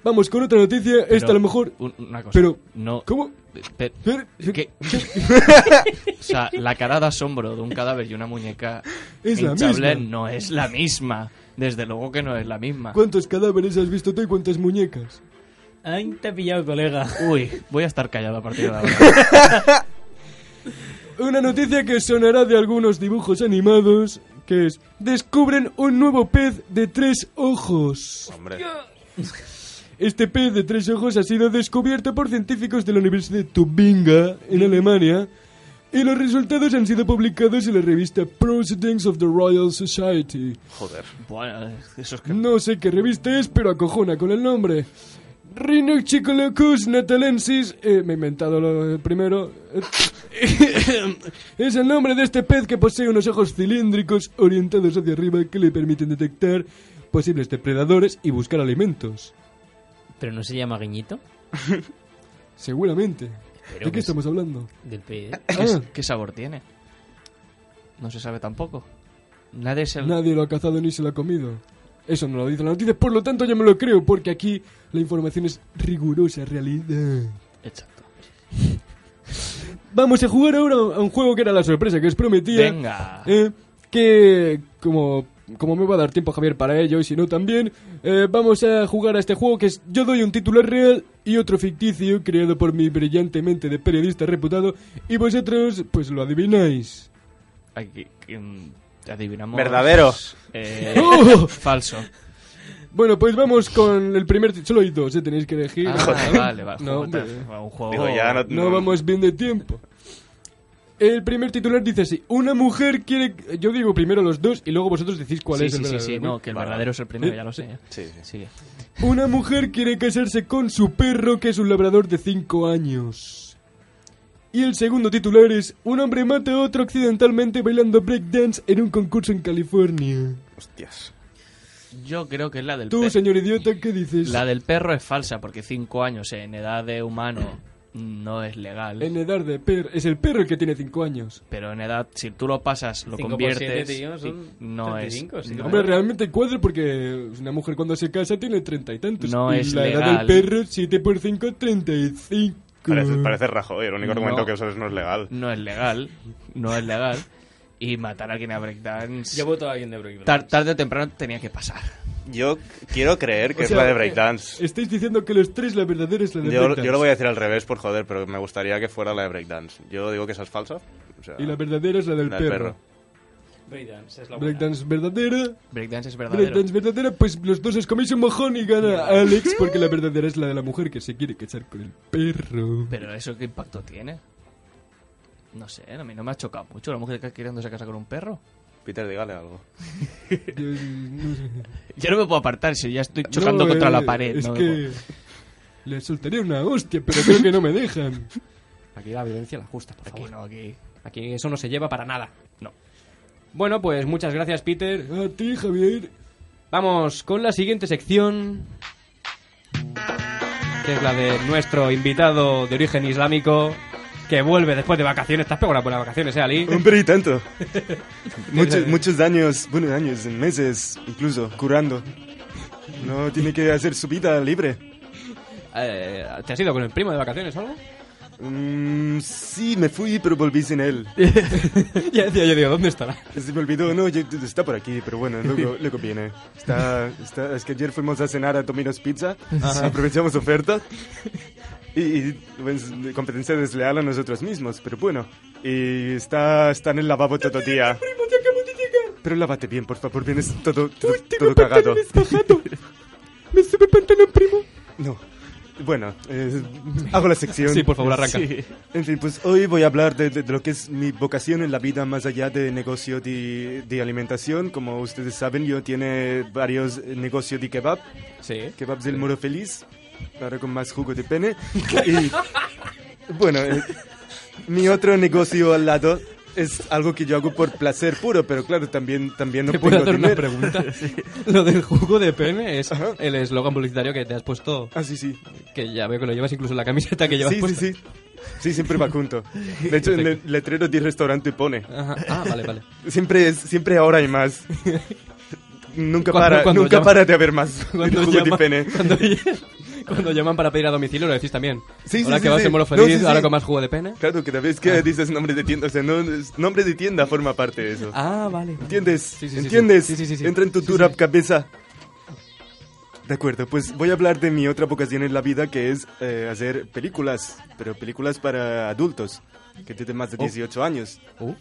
Speaker 2: Vamos con otra noticia,
Speaker 3: Pero-
Speaker 2: esta a lo mejor...
Speaker 3: un- una cosa.
Speaker 2: Pero-
Speaker 3: No.
Speaker 2: ¿Cómo?
Speaker 3: pe-
Speaker 2: Pero-
Speaker 3: ¿Qué? (laughs) o sea, la cara de asombro de un cadáver y una muñeca
Speaker 2: Es la
Speaker 3: hinchable
Speaker 2: misma.
Speaker 3: no es la misma. Desde luego que no es la misma.
Speaker 2: ¿Cuántos cadáveres has visto tú y cuántas muñecas?
Speaker 6: Ay, te he pillado, colega.
Speaker 3: Uy, voy a estar callado a partir de ahora.
Speaker 2: Una noticia que sonará de algunos dibujos animados, que es... Descubren un nuevo pez de tres ojos.
Speaker 5: Hombre.
Speaker 2: Este pez de tres ojos ha sido descubierto por científicos de la Universidad de Tubinga, en Alemania, y los resultados han sido publicados en la revista Proceedings of the Royal Society.
Speaker 5: Joder.
Speaker 3: Bueno, eso es que.
Speaker 2: No sé qué revista es, pero acojona con el nombre. Rhinochicolocus natalensis. eh, me he inventado lo eh,
Speaker 6: (laughs)
Speaker 2: primero. es el nombre de este pez que posee unos ojos cilíndricos orientados hacia arriba que le permiten detectar posibles depredadores y buscar alimentos.
Speaker 6: Pero no se llama guiñito.
Speaker 2: Seguramente.
Speaker 6: Pero
Speaker 2: ¿De qué
Speaker 6: que-
Speaker 2: estamos hablando?
Speaker 6: Del E. PIE.
Speaker 3: ¿Qué, s-
Speaker 2: Ah.
Speaker 3: qué sabor tiene? No se sabe tampoco. Nadie se...
Speaker 2: Nadie lo ha cazado ni se lo ha comido. Eso no lo dice la noticia, por lo tanto yo me lo creo, porque aquí la información es rigurosa, realidad.
Speaker 3: Exacto.
Speaker 2: Vamos a jugar ahora a un juego que era la sorpresa que os prometía.
Speaker 3: Venga.
Speaker 2: Eh, que como, como me va a dar tiempo Javier para ello y si no también, eh, vamos a jugar a este juego que es yo doy un titular real y otro ficticio creado por mi brillante mente de periodista reputado y vosotros pues lo adivináis.
Speaker 3: Aquí, mm, adivinamos...
Speaker 4: Verdadero.
Speaker 3: Eh,
Speaker 2: (laughs) ¡Oh!
Speaker 3: falso.
Speaker 2: Bueno, pues vamos con el primer... ti- Solo hay dos, eh, tenéis que elegir.
Speaker 3: Ah, vale,
Speaker 2: (laughs)
Speaker 3: vale.
Speaker 2: No,
Speaker 3: Joder,
Speaker 2: hombre.
Speaker 3: un juego...
Speaker 4: Digo, ya no-
Speaker 2: No vamos bien de tiempo. El primer titular dice así, una mujer quiere... Yo digo primero los dos y luego vosotros decís cuál
Speaker 3: sí,
Speaker 2: es
Speaker 3: sí,
Speaker 2: el
Speaker 3: sí, sí,
Speaker 2: verdadero.
Speaker 3: no, que el
Speaker 4: Vale.
Speaker 3: verdadero es el primero, ya lo sé.
Speaker 4: Sí, sí.
Speaker 3: Sigue.
Speaker 2: Una mujer quiere casarse con su perro, que es un labrador de 5 años. Y el segundo titular es: Un hombre mata a otro accidentalmente bailando breakdance en un concurso en California.
Speaker 4: Hostias.
Speaker 3: Yo creo que es la del
Speaker 2: Tú,
Speaker 3: pe-
Speaker 2: señor idiota, ¿qué dices?
Speaker 3: La del perro es falsa, porque 5 años en edad de humano no es legal.
Speaker 2: En edad de perro. Es el perro el que tiene 5 años.
Speaker 3: Pero en edad, si tú lo pasas, lo
Speaker 6: Cinco por
Speaker 3: conviertes.
Speaker 6: siete, tío, son
Speaker 3: sí, no
Speaker 6: 35,
Speaker 3: es.
Speaker 6: sí,
Speaker 3: no-
Speaker 2: Hombre, realmente cuadra porque una mujer cuando se casa tiene treinta y tantos.
Speaker 3: No
Speaker 2: y
Speaker 3: es
Speaker 2: la edad
Speaker 3: legal.
Speaker 2: del perro, 7 por 5, 35.
Speaker 4: Parece, parece Rajoy, el único argumento
Speaker 3: No.
Speaker 4: que usas no es legal.
Speaker 3: no es legal. No es legal. Y matar a alguien a breakdance.
Speaker 6: Yo voto a alguien de Brooklyn.
Speaker 3: tar- tarde o temprano tenía que pasar.
Speaker 4: Yo quiero creer que
Speaker 2: O
Speaker 4: es
Speaker 2: sea,
Speaker 4: la de Breakdance.
Speaker 2: Estáis diciendo que los tres la verdadera es la de
Speaker 4: Yo,
Speaker 2: breakdance.
Speaker 4: yo lo voy a decir al revés por joder, pero me gustaría que fuera la de Breakdance. Yo digo que esa es falsa. o sea,
Speaker 2: Y la verdadera es la del
Speaker 4: la del
Speaker 2: perro.
Speaker 4: perro.
Speaker 6: Breakdance es la buena.
Speaker 2: Breakdance verdadera.
Speaker 3: Breakdance es verdadero.
Speaker 2: Breakdance verdadera, pues los dos os coméis un mojón y gana Alex porque
Speaker 3: (laughs)
Speaker 2: la verdadera es la de la mujer que se quiere casar con el perro.
Speaker 3: Pero eso qué impacto tiene. No sé, a mí no me ha chocado mucho. La mujer que está queriéndose casa con un perro.
Speaker 4: Peter, dígale algo.
Speaker 2: Yo,
Speaker 3: (laughs)
Speaker 2: no sé.
Speaker 3: Yo no me puedo apartar si ya estoy chocando
Speaker 2: No,
Speaker 3: contra
Speaker 2: eh,
Speaker 3: la pared.
Speaker 2: Es
Speaker 3: no me
Speaker 2: que le soltaría una hostia, pero creo que no me dejan.
Speaker 9: Aquí la violencia la justa, por
Speaker 3: puedo. Aquí
Speaker 9: favor.
Speaker 3: no, aquí.
Speaker 9: Aquí eso no se lleva para nada.
Speaker 3: No.
Speaker 9: Bueno, pues muchas gracias, Peter.
Speaker 2: A ti, Javier.
Speaker 9: Vamos con la siguiente sección, que es la de nuestro invitado de origen islámico, que vuelve después de vacaciones. Estás pegado por las vacaciones, ¿eh, Ali?
Speaker 4: Hombre, y tanto. muchos, muchos años, bueno, años, meses, incluso, curando. No tiene que hacer su vida libre.
Speaker 9: Eh, ¿Te has ido con el primo de vacaciones o algo?
Speaker 4: Mm, sí, me fui, pero volví sin él.
Speaker 9: (laughs) ya decía yo, digo, ¿dónde estará?
Speaker 4: (laughs) Se me olvidó, no, yo- está por aquí, pero bueno, luego, luego viene. Está, está, es que ayer fuimos a cenar a Domino's Pizza, (laughs) aprovechamos oferta y, y, pues, competencia desleal a nosotros mismos, pero bueno. Y está, está en el lavabo todo el día. Pero lávate bien, por favor, vienes todo, todo, todo cagado.
Speaker 2: Me sube pantalón, primo.
Speaker 4: No. Bueno, eh, hago la sección.
Speaker 9: Sí, por favor, arranca.
Speaker 4: En fin, pues hoy voy a hablar de, de- de lo que es mi vocación en la vida más allá de negocio de, de alimentación. Como ustedes saben, yo tiene varios eh, negocios de kebab.
Speaker 9: Sí.
Speaker 4: Kebabs del Muro Feliz, ahora con más jugo de pene. Y bueno, eh, mi otro negocio al lado es algo que yo hago por placer puro, pero claro, también, también no
Speaker 9: ¿Te puedo
Speaker 4: puedo
Speaker 9: hacer una
Speaker 4: tener...
Speaker 9: pregunta? (laughs) Lo del jugo de pene es el eslogan publicitario que te has puesto,
Speaker 4: Ah, sí, sí.
Speaker 9: que ya veo que lo llevas incluso en la camiseta que llevas
Speaker 4: Sí, sí,
Speaker 9: puesta.
Speaker 4: sí. Sí, siempre va junto. De
Speaker 9: (laughs)
Speaker 4: hecho, en el letrero de restaurante pone.
Speaker 9: Ajá. Ah, vale, vale.
Speaker 4: Siempre es, siempre ahora
Speaker 9: (laughs)
Speaker 4: hay más. Nunca
Speaker 9: Cuando-
Speaker 4: para,
Speaker 9: cuando
Speaker 4: nunca
Speaker 9: llama-
Speaker 4: para de haber más.
Speaker 9: (laughs)
Speaker 4: ¿eh?
Speaker 9: Cuando,
Speaker 4: jugo de
Speaker 9: llama-
Speaker 2: (laughs)
Speaker 4: pene.
Speaker 9: cuando ll- cuando llaman para pedir a domicilio lo decís también.
Speaker 4: Sí, sí,
Speaker 9: ahora
Speaker 4: sí,
Speaker 9: que vas
Speaker 4: sí.
Speaker 9: en Moro
Speaker 4: No,
Speaker 9: Feliz,
Speaker 4: sí, sí.
Speaker 9: ahora con más jugo de pene.
Speaker 4: Claro, cada vez
Speaker 9: Ah.
Speaker 4: que dices nombre de tienda, o sea, no, es- nombre de tienda forma parte de eso.
Speaker 9: Ah, vale. vale.
Speaker 4: ¿Entiendes?
Speaker 9: Sí, sí, sí,
Speaker 4: ¿Entiendes?
Speaker 9: sí. Sí, sí, sí.
Speaker 4: Entra en tu
Speaker 9: Sí,
Speaker 4: dura
Speaker 9: sí.
Speaker 4: cabeza. De acuerdo, pues voy a hablar de mi otra vocación en la vida que es eh, hacer películas, pero películas para adultos, que tienen más de 18 años.
Speaker 9: Oh.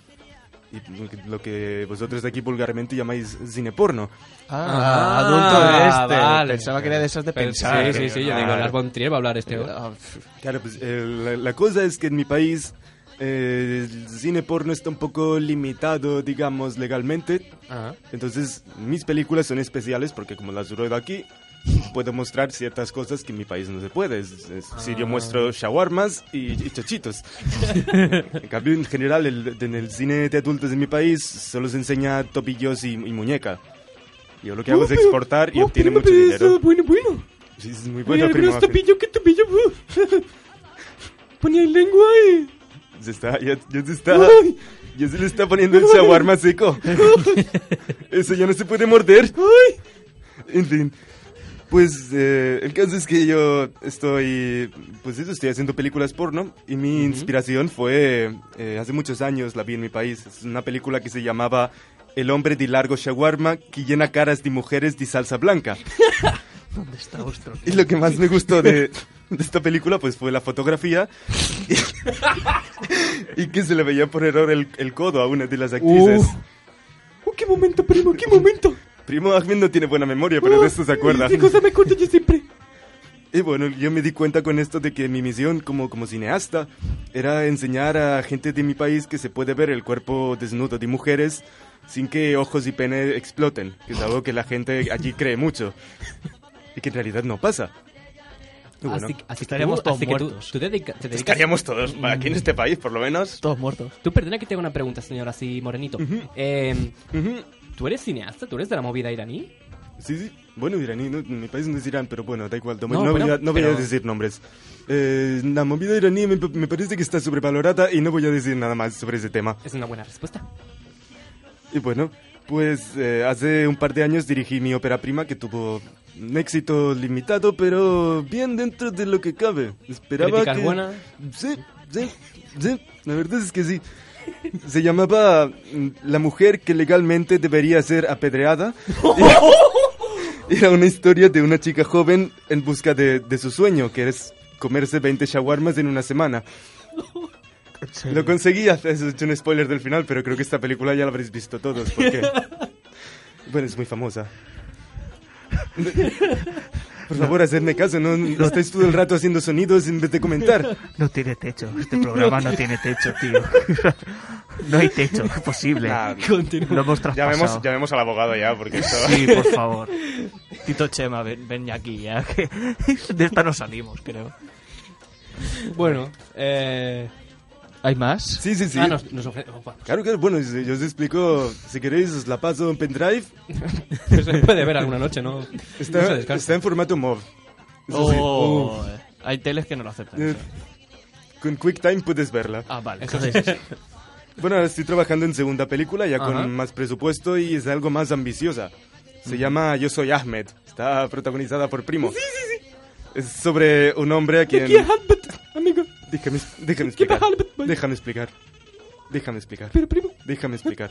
Speaker 4: Y lo que- lo que vosotros de aquí vulgarmente llamáis cine porno.
Speaker 9: Ah,
Speaker 3: Ah, adulto de este.
Speaker 9: vale.
Speaker 3: Pensaba que era de esas de
Speaker 9: Pero-
Speaker 3: pensar.
Speaker 9: sí, sí, sí, yo
Speaker 4: Ah.
Speaker 9: digo, Lars von Trier va a hablar este hoy.
Speaker 3: Ah, pf,
Speaker 4: Claro, pues eh, la, la cosa es que en mi país eh, el cine porno está un poco limitado, digamos, legalmente.
Speaker 9: Ajá.
Speaker 4: Entonces, mis películas son especiales porque como las ruedo aquí, puedo mostrar ciertas cosas que en mi país no se puede. Es- es- Si yo muestro shawarmas y, y chochitos. en cambio, en general, el- en el cine de adultos de mi país solo se enseña tobillos y, y muñeca. Yo lo que hago es exportar y obtiene mucho dinero.
Speaker 2: Bueno, bueno.
Speaker 4: Sí, es muy
Speaker 2: Mira,
Speaker 4: bueno,
Speaker 2: pero
Speaker 4: primo.
Speaker 2: este pillo, que este pillo.
Speaker 10: (laughs) Ponía el lengua ahí.
Speaker 4: Se está, ya, ya se está.
Speaker 10: ¡Ay!
Speaker 4: Ya se le está poniendo el shawarma
Speaker 10: (laughs)
Speaker 4: seco. Eso ya no se puede morder.
Speaker 10: ¡Ay!
Speaker 4: En fin. Pues eh, el caso es que yo estoy, pues eso, estoy haciendo películas porno y mi inspiración fue, eh, hace muchos años la vi en mi país, es una película que se llamaba El hombre de largo shawarma que llena caras de mujeres de salsa blanca.
Speaker 3: (laughs) ¿Dónde está vuestro
Speaker 4: Y lo que más me gustó de, de esta película pues fue la fotografía (laughs) y, y que se le veía por error el, el codo a una de las actrices.
Speaker 10: Uh. ¡Oh, qué momento, primo! ¡Qué momento!
Speaker 4: Primo Ahmed no tiene buena memoria,
Speaker 2: Uh, Oh,
Speaker 4: pero de esto se acuerda.
Speaker 10: Qué cosa me corta
Speaker 4: (laughs)
Speaker 10: yo siempre.
Speaker 4: Y bueno, yo me di cuenta con esto de que mi misión como, como cineasta era enseñar a gente de mi país que se puede ver el cuerpo desnudo de mujeres sin que ojos y pene exploten, que es algo que la gente allí cree mucho y que en realidad no pasa. Y bueno,
Speaker 2: así, así
Speaker 3: estaríamos
Speaker 2: tú-
Speaker 3: todos
Speaker 2: así que tú-
Speaker 3: muertos.
Speaker 2: tú te dedica- te dedicas-
Speaker 4: estaríamos todos aquí en este país, por lo menos.
Speaker 3: Todos muertos.
Speaker 2: Tú, perdona que te haga una pregunta, señor, así morenito. Eh, ¿Tú eres cineasta? ¿Tú eres de la movida iraní?
Speaker 4: Sí, sí. Bueno, iraní, no- en mi país no es Irán, pero bueno, da igual. No,
Speaker 2: No,
Speaker 4: no voy,
Speaker 2: bueno,
Speaker 4: a, no voy a
Speaker 2: pero-
Speaker 4: decir nombres. Eh, la movida iraní me, me parece que está sobrevalorada y no voy a decir nada más sobre ese tema.
Speaker 2: Es una buena respuesta.
Speaker 4: Y bueno, pues eh, hace un par de años dirigí mi ópera prima que tuvo un éxito limitado, pero bien dentro de lo que cabe. Esperaba
Speaker 2: Críticas
Speaker 4: que...
Speaker 2: buenas.
Speaker 4: Sí, sí, sí, la verdad es que sí. Se llamaba mm, La mujer que legalmente debería ser apedreada. Era una historia de una chica joven en busca de, de su sueño, que es comerse 20 shawarmas en una semana. Lo conseguí, eso es un spoiler del final, pero creo que esta película ya la habréis visto todos,
Speaker 2: (laughs)
Speaker 4: porque... Bueno, es muy famosa. Por favor, hacedme caso, no no estáis todo el rato haciendo sonidos en vez de comentar.
Speaker 11: No tiene techo, este programa no tiene techo, tío. (laughs) No hay techo posible.
Speaker 4: Nah,
Speaker 11: Lo hemos
Speaker 4: Ya
Speaker 11: traspasado.
Speaker 4: vemos, ya vemos al abogado ya, porque esto...
Speaker 3: (laughs)
Speaker 11: Sí, por favor.
Speaker 3: Tito Chema, ven, ven ya aquí ya. que (laughs)
Speaker 11: De esta no salimos, creo.
Speaker 2: Bueno, eh...
Speaker 3: ¿Hay más?
Speaker 4: Sí, sí, sí.
Speaker 2: Ah, nos, nos ofre-
Speaker 5: (laughs)
Speaker 2: Opa.
Speaker 4: Claro que, bueno, si- yo os explico, si queréis os la paso en pendrive,
Speaker 2: Se puede ver alguna noche, ¿no? No se
Speaker 4: está,
Speaker 2: descansa.
Speaker 4: está en formato MOV. Eso sí.
Speaker 3: Oh, hay teles que no lo aceptan.
Speaker 4: Eh,
Speaker 3: eso.
Speaker 4: Con QuickTime puedes verla.
Speaker 3: Ah, vale.
Speaker 2: Eso sí,
Speaker 5: (laughs)
Speaker 2: sí, sí.
Speaker 4: Bueno, ahora estoy trabajando en segunda película, ya
Speaker 2: Ajá.
Speaker 4: con más presupuesto y es algo más ambiciosa. Se llama Yo soy Ahmed. Está protagonizada por Primo. Sí, sí, sí. Es sobre un hombre a quien...
Speaker 10: Aquí a Halbert, amigo.
Speaker 4: Déjame, déjame
Speaker 10: (laughs) ¿Qué
Speaker 4: explicar.
Speaker 10: tal, Batman?
Speaker 4: Déjame explicar. Déjame explicar.
Speaker 10: Pero primo,
Speaker 4: Déjame explicar.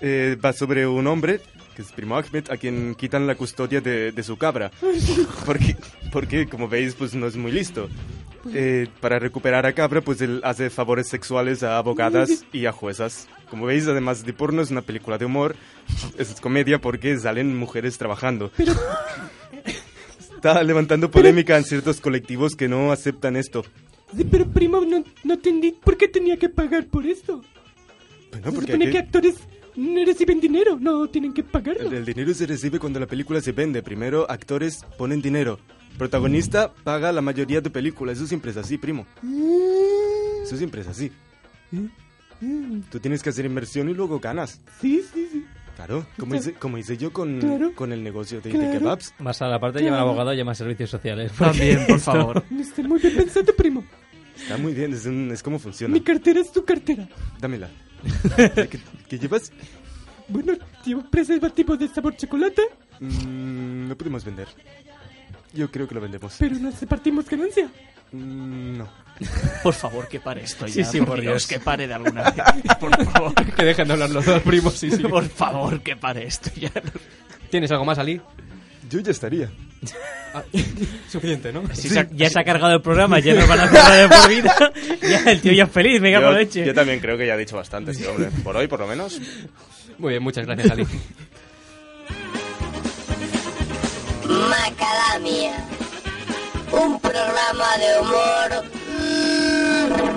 Speaker 4: Eh, va sobre un hombre, que es Primo Ahmed, a quien quitan la custodia de, de su
Speaker 10: (laughs)
Speaker 4: cabra. Porque, porque, como veis, pues no es muy listo.
Speaker 10: Pues
Speaker 4: Eh, para recuperar a cabra, pues él hace favores sexuales a
Speaker 10: (laughs)
Speaker 4: abogadas y a juezas. Como veis, además de porno, es una película de humor. Es comedia porque salen mujeres trabajando. Está
Speaker 10: (laughs)
Speaker 4: levantando polémica en ciertos colectivos que no aceptan esto.
Speaker 10: sí, pero primo, no, no entendí por qué tenía que pagar por esto.
Speaker 4: Bueno,
Speaker 10: Se
Speaker 4: porque
Speaker 10: supone
Speaker 4: aquí-
Speaker 10: que actores no reciben dinero, no tienen que pagarlo.
Speaker 4: El, el dinero se recibe cuando la película se vende. Primero, actores ponen dinero. Protagonista paga la mayoría de películas. Eso siempre es así, primo. Eso siempre es así.
Speaker 10: Mm,
Speaker 4: Tú tienes que hacer inversión y luego ganas.
Speaker 10: Sí, sí, sí.
Speaker 4: Claro, como hice, como hice yo con,
Speaker 10: Claro.
Speaker 4: con el negocio de, de
Speaker 10: Claro.
Speaker 4: kebabs.
Speaker 6: Más a la parte de llamar abogado, llama a servicios sociales. Pues
Speaker 3: También, por favor.
Speaker 10: Está muy bien pensado, primo.
Speaker 4: Está muy bien, es, un- es como funciona.
Speaker 10: Mi cartera es tu cartera.
Speaker 4: Dámela. ¿Qué, qué llevas?
Speaker 10: Bueno, llevo preservativo de sabor chocolate,
Speaker 4: Mm, no podemos vender. Yo creo que lo vendemos.
Speaker 10: pero nos repartimos ganancia.
Speaker 4: Mm, no.
Speaker 3: Por favor, que pare esto ya.
Speaker 6: Sí, sí,
Speaker 3: por
Speaker 6: por
Speaker 3: Dios,
Speaker 6: Dios.
Speaker 3: que pare de alguna vez. Por favor.
Speaker 2: que dejen de hablar los dos primos, sí, sí.
Speaker 3: (laughs) Por favor, que pare esto ya.
Speaker 2: ¿Tienes algo más, Ali?
Speaker 4: Yo ya estaría.
Speaker 2: Ah, Suficiente, ¿no?
Speaker 6: Si se ha- ya se ha cargado el programa, ya nos van a cerrar de por vida. (laughs) Ya, el tío ya es feliz, venga,
Speaker 4: Yo,
Speaker 6: aproveche.
Speaker 4: yo también creo que ya he dicho bastante, sí, hombre. Por hoy, por lo menos.
Speaker 2: Muy bien, muchas gracias, Ali.
Speaker 12: Macadamia. Un programa de humor mm,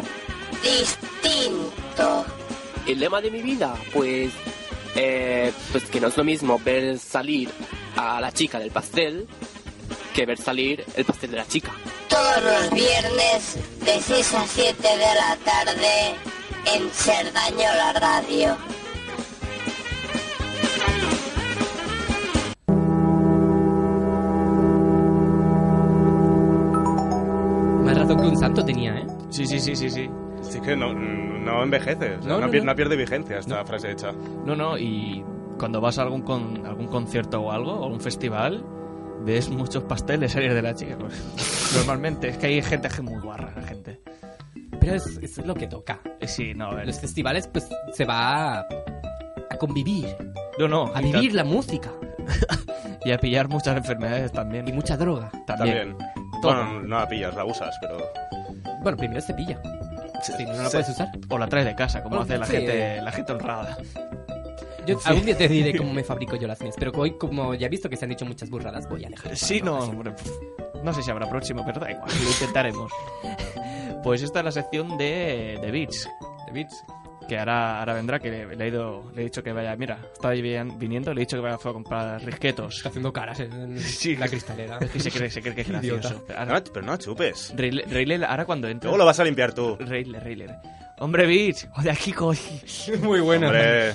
Speaker 12: distinto.
Speaker 13: El lema de mi vida, pues, eh, pues que no es lo mismo ver salir a la chica del pastel que ver salir el pastel de la chica.
Speaker 12: Todos los viernes de 6 a 7 de la tarde en Cerdañola Radio.
Speaker 2: Más razón que un santo tenía, ¿eh?
Speaker 3: Sí, sí, sí, sí, sí.
Speaker 4: Sí que no, no envejece, o sea,
Speaker 3: No,
Speaker 4: no,
Speaker 3: no,
Speaker 4: pier-
Speaker 3: no.
Speaker 4: no pierde vigencia esta frase hecha.
Speaker 3: No, no, y cuando vas a algún, con, algún concierto o algo, o un festival, ves muchos pasteles salir de la chica. pues, (laughs) normalmente, es que hay gente que es muy guarra, la gente.
Speaker 5: Pero es, es lo que toca.
Speaker 3: Eh, Sí, no, a ver.
Speaker 5: Los festivales, pues, se va a, a convivir,
Speaker 3: No, no.
Speaker 5: a
Speaker 3: y
Speaker 5: vivir
Speaker 3: tan-
Speaker 5: la música.
Speaker 3: Y a pillar muchas enfermedades también. Y
Speaker 5: mucha droga.
Speaker 4: También.
Speaker 3: Todo.
Speaker 4: Bueno, no la pillas, la usas, pero...
Speaker 5: Bueno, primero se pilla. Si no, no la
Speaker 3: Sí.
Speaker 5: puedes usar.
Speaker 3: O la traes de casa, como
Speaker 5: Bueno,
Speaker 3: hace la,
Speaker 5: sí.
Speaker 3: gente, la gente honrada.
Speaker 5: Yo
Speaker 3: Sí.
Speaker 5: algún día te diré cómo me fabrico yo las mías, pero hoy, como ya he visto que se han dicho muchas burradas, voy a dejar.
Speaker 3: Sí, no, hombre, pff, no sé si habrá próximo, pero da igual, lo intentaremos. (laughs) Pues esta es la sección de, de Beats. De Beats. Que ahora, ahora vendrá, que le, le he ido, le he dicho que vaya, mira, estaba vi- viniendo, le he dicho que vaya fue a comprar risquetos. Está
Speaker 5: haciendo caras en
Speaker 3: la cristalera. Es que se cree, se cree que es
Speaker 4: Idiota.
Speaker 3: gracioso. Pero
Speaker 4: No,
Speaker 3: ahora,
Speaker 4: pero no chupes.
Speaker 3: Reyle- Reyle, ahora cuando entre...
Speaker 4: Luego lo vas a limpiar tú.
Speaker 3: Reyle, Reyle. Hombre, Beats, hola Kiko.
Speaker 2: Muy buena.
Speaker 4: Hombre.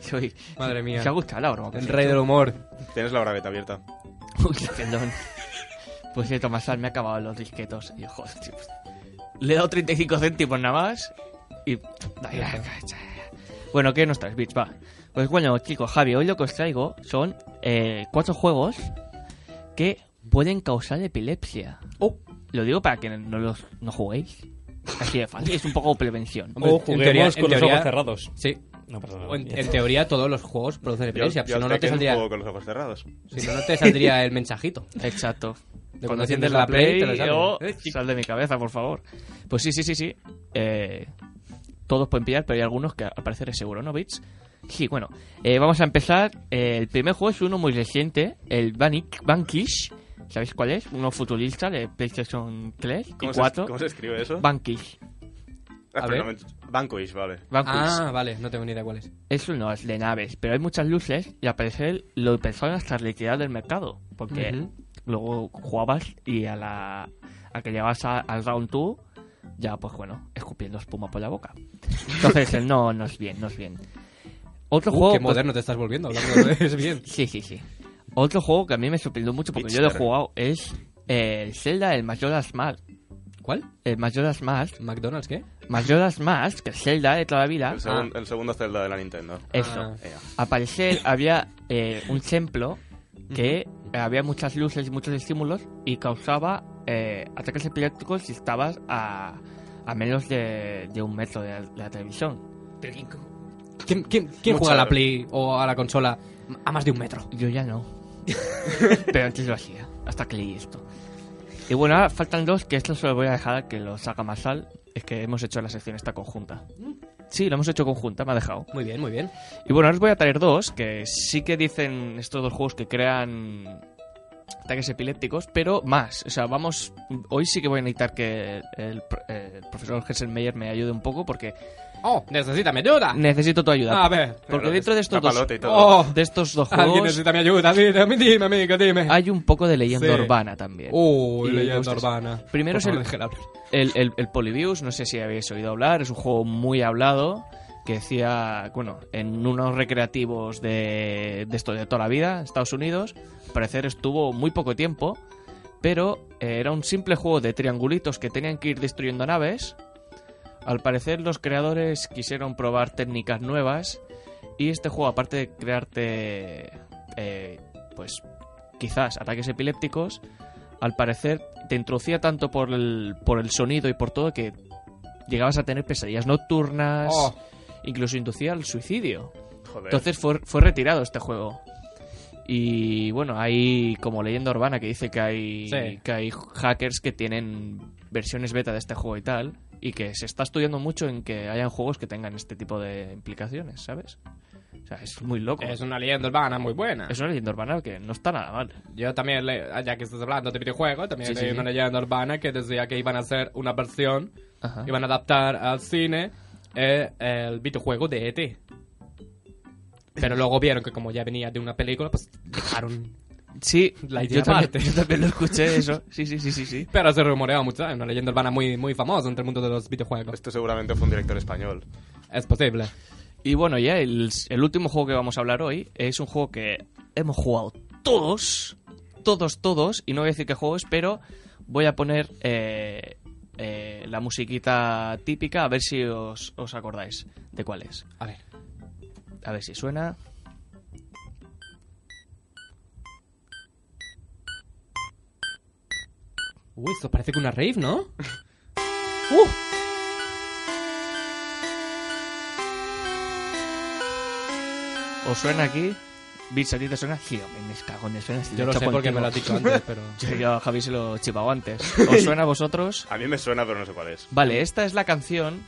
Speaker 3: Soy-
Speaker 2: (laughs)
Speaker 3: (laughs)
Speaker 2: Madre mía.
Speaker 3: ¿Te ha gustado la broma? que
Speaker 2: El
Speaker 3: has
Speaker 2: rey
Speaker 3: hecho?
Speaker 2: del humor.
Speaker 4: (laughs) Tienes la braveta abierta.
Speaker 3: (laughs) Uy, perdón. Pues cierto, más me ha acabado los disquetos. Y yo, joder, tío, pues, Le he dado 35 céntimos nada más. Y. Ay, ay, ay. Bueno, ¿qué nos traes, bitch? Va. Pues bueno, chicos, Javi, hoy lo que os traigo son eh, cuatro juegos que pueden causar epilepsia. Lo digo para que no los no juguéis. Así de fácil, es un poco prevención.
Speaker 2: Hombre,
Speaker 6: Oh,
Speaker 2: en teoría- en teoría- Sí.
Speaker 6: No pasa nada.
Speaker 2: O en,
Speaker 6: Ya
Speaker 2: en
Speaker 6: está.
Speaker 2: teoría todos los juegos producen epilepsia.
Speaker 4: yo
Speaker 2: Si no,
Speaker 4: al
Speaker 2: no te
Speaker 4: Tekken
Speaker 2: saldría.
Speaker 4: juego con los ojos cerrados.
Speaker 2: Si no, no te saldría el mensajito.
Speaker 3: Exacto.
Speaker 2: De
Speaker 3: cuando
Speaker 2: enciendes
Speaker 3: enciendes
Speaker 2: la
Speaker 3: la
Speaker 2: Play,
Speaker 3: play,
Speaker 2: te lo sale.
Speaker 3: yo-
Speaker 2: Eh, chico.
Speaker 3: sal de mi cabeza, por favor. Pues sí, sí, sí, sí. Eh, todos pueden pillar, pero hay algunos que al parecer es seguro, ¿no, Bits? Sí, bueno. eh, vamos a empezar. Eh, el primer juego es uno muy reciente, el Banik- Bankish. ¿Sabéis cuál es? Uno futurista de PlayStation 3 y
Speaker 4: ¿Cómo se-
Speaker 3: 4.
Speaker 4: cómo se escribe eso?
Speaker 3: Bankish.
Speaker 4: Ah,
Speaker 2: A
Speaker 4: pero
Speaker 2: ver.
Speaker 4: no me- Vanquish, vale.
Speaker 3: Vanquish.
Speaker 2: (laughs) Ah, vale, no tengo ni idea cuál es.
Speaker 3: Es uno, es de naves, pero hay muchas luces y al parecer lo empezaron hasta retirar del mercado. Porque
Speaker 2: Ujú.
Speaker 3: luego jugabas y a la a que llegabas a- al round 2, ya pues bueno, escupiendo espuma por la boca. Entonces, el no, no es bien, no es bien. Otro
Speaker 2: Uh,
Speaker 3: juego.
Speaker 2: qué moderno te estás volviendo, hablando de- (laughs) es bien.
Speaker 3: Sí, sí, sí. Otro juego que a mí me sorprendió mucho porque yo lo he
Speaker 2: Hipster.
Speaker 3: jugado es eh, el Zelda, el Majora's Mask.
Speaker 2: ¿Cuál?
Speaker 3: El Majora's Mask.
Speaker 2: ¿McDonald's qué?
Speaker 3: Majora's Mask, que es Zelda de toda la vida.
Speaker 4: El, segun- el segundo Zelda de la Nintendo.
Speaker 3: Eso.
Speaker 4: Ea.
Speaker 3: Al parecer había eh, un templo que había muchas luces y muchos estímulos y causaba eh, ataques epilépticos si estabas a, a menos de, de un metro de la, de la televisión.
Speaker 5: Pero ¿quién, quién- quién- quién
Speaker 3: Mucha-
Speaker 5: juega a la Play o a la consola a más de un metro?
Speaker 3: Yo ya no. Pero antes lo hacía, hasta que leí esto. Y bueno, ahora faltan dos, que esto se lo voy a dejar que lo saca más al. Es que hemos hecho la sección esta conjunta. Sí, lo hemos hecho conjunta, me ha dejado.
Speaker 5: Muy bien, muy bien.
Speaker 3: Y bueno, ahora os voy a traer dos, que sí que dicen estos dos juegos que crean ataques epilépticos, pero más. O sea, vamos, hoy sí que voy a necesitar que el, pr- eh, el profesor Hesselmeyer me ayude un poco porque
Speaker 5: ¡Oh! ¡Necesita mi
Speaker 2: Ah.
Speaker 5: ayuda!
Speaker 3: necesito tu ayuda.
Speaker 5: A ver.
Speaker 3: Porque dentro de estos, dos,
Speaker 4: Papalote y todo.
Speaker 3: Oh, de estos dos
Speaker 2: Alguien
Speaker 3: juegos
Speaker 2: necesita mi ayuda, dime, dime, amigo, dime.
Speaker 3: hay un poco de leyenda
Speaker 2: Sí. Oh.
Speaker 3: urbana también.
Speaker 2: Uy,
Speaker 3: Y
Speaker 2: leyenda
Speaker 3: gustos.
Speaker 2: urbana. Por
Speaker 3: Primero es
Speaker 2: favor,
Speaker 3: el,
Speaker 2: déjela hablar.
Speaker 3: el, el, el Polybius, no sé si habéis oído hablar, es un juego muy hablado que decía, bueno, en unos recreativos de, de esto de toda la vida, Estados Unidos, al parecer estuvo muy poco tiempo, pero eh, era un simple juego de triangulitos que tenían que ir destruyendo naves. Al parecer los creadores quisieron probar técnicas nuevas y este juego, aparte de crearte, eh, pues quizás ataques epilépticos, al parecer te introducía tanto por el, por el sonido y por todo que llegabas a tener pesadillas nocturnas,
Speaker 2: Oh.
Speaker 3: incluso inducía al suicidio.
Speaker 4: Joder.
Speaker 3: Entonces fue, fue retirado este juego. Y bueno, hay como leyenda urbana que dice que hay,
Speaker 2: Sí.
Speaker 3: que hay hackers que tienen versiones beta de este juego y tal. Y que se está estudiando mucho en que hayan juegos que tengan este tipo de implicaciones, ¿sabes? O sea, es muy loco.
Speaker 5: Es una leyenda urbana muy buena.
Speaker 3: Es una leyenda urbana que no está nada mal.
Speaker 5: Yo también, le- ah, ya que estás hablando de videojuegos, también
Speaker 3: Sí,
Speaker 5: leí
Speaker 3: sí, sí.
Speaker 5: una leyenda urbana que decía que iban a hacer una versión,
Speaker 2: Ah.
Speaker 3: Ajá.
Speaker 5: iban a adaptar al cine eh, el videojuego de ET. Pero luego vieron que como ya venía de una película, pues dejaron...
Speaker 3: Sí,
Speaker 5: La idea
Speaker 3: yo también,
Speaker 5: aparte.
Speaker 3: yo también lo escuché eso. Sí, sí, sí, sí, sí.
Speaker 5: Pero se rumoreaba mucho, es una leyenda urbana muy, muy famosa entre el mundo de los videojuegos.
Speaker 4: Esto seguramente fue un director español.
Speaker 5: Es posible.
Speaker 3: Y bueno, ya el, el último juego que vamos a hablar hoy es un juego que hemos jugado todos, todos, todos, y no voy a decir qué juegos, pero voy a poner eh, eh, la musiquita típica, a ver si os, os acordáis de cuál es.
Speaker 2: A ver.
Speaker 3: A ver si suena.
Speaker 2: Uy, esto parece que una rave, ¿no?
Speaker 14: ¡Uh!
Speaker 3: ¿Os suena aquí? Bits, ¿a ti te suena? Tío, me mis cagones, suena
Speaker 2: Yo lo sé porque me lo has dicho antes, pero-
Speaker 3: yo, (laughs) yo a Javi se lo he chivado antes. ¿Os suena a vosotros?
Speaker 5: A mí me suena, pero no sé cuál es.
Speaker 3: Vale, esta es la canción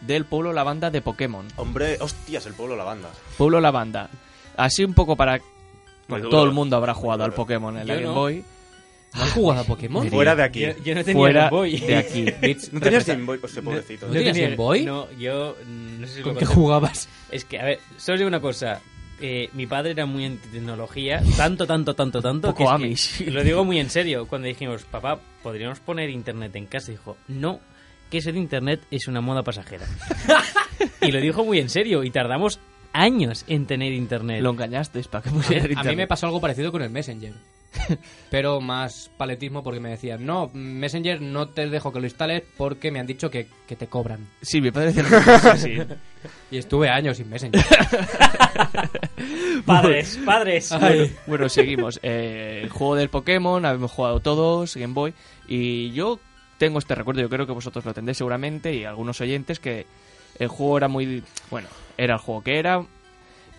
Speaker 3: del Pueblo La Banda de Pokémon.
Speaker 5: Hombre, hostias, el pueblo la banda.
Speaker 3: Pueblo La Banda. Así un poco para... Bueno,
Speaker 5: duro.
Speaker 3: todo el mundo habrá jugado al Pokémon en la
Speaker 5: Yo
Speaker 3: Game
Speaker 5: no.
Speaker 3: Boy.
Speaker 2: (laughs) ¿No has jugado a Pokémon?
Speaker 5: Fuera de aquí. Yo- yo no tenía
Speaker 3: Fuera
Speaker 5: Game Boy.
Speaker 3: de aquí. Bits,
Speaker 5: ¿No
Speaker 3: representa-
Speaker 5: tenías Game
Speaker 4: pues,
Speaker 5: Boy? Hostia, pobrecito.
Speaker 6: No
Speaker 5: ¿No tenías
Speaker 6: tenía-
Speaker 5: Game Boy?
Speaker 6: No, yo mm, no sé si lo
Speaker 2: ¿Con qué
Speaker 6: conté.
Speaker 2: jugabas?
Speaker 6: Es que, a ver, solo os digo una cosa. eh, mi padre era muy en tecnología, tanto, tanto, tanto, tanto.
Speaker 3: Poco
Speaker 6: que es que-
Speaker 3: Amish.
Speaker 6: y (laughs) lo digo muy en serio. Cuando dijimos, papá, ¿podríamos poner internet en casa? Dijo, no, que eso de internet es una moda
Speaker 3: (laughs)
Speaker 6: pasajera. y lo dijo muy en serio. Y tardamos años en tener internet.
Speaker 3: Lo engañasteis para que
Speaker 6: pusiera
Speaker 2: A mí me pasó algo parecido con el Messenger. (laughs) Pero más paletismo porque me decían, no, Messenger no te dejo que lo instales porque me han dicho que, que te cobran.
Speaker 3: Sí, mi padre decía lo mismo, sí.
Speaker 2: Y estuve años sin Messenger.
Speaker 6: Padres, padres.
Speaker 3: Bueno, (laughs) bueno, seguimos. Eh, el juego del Pokémon, habíamos jugado todos, Game Boy. Y yo tengo este recuerdo, yo creo que vosotros lo tendréis seguramente y algunos oyentes, que el juego era muy. Bueno, era el juego que era.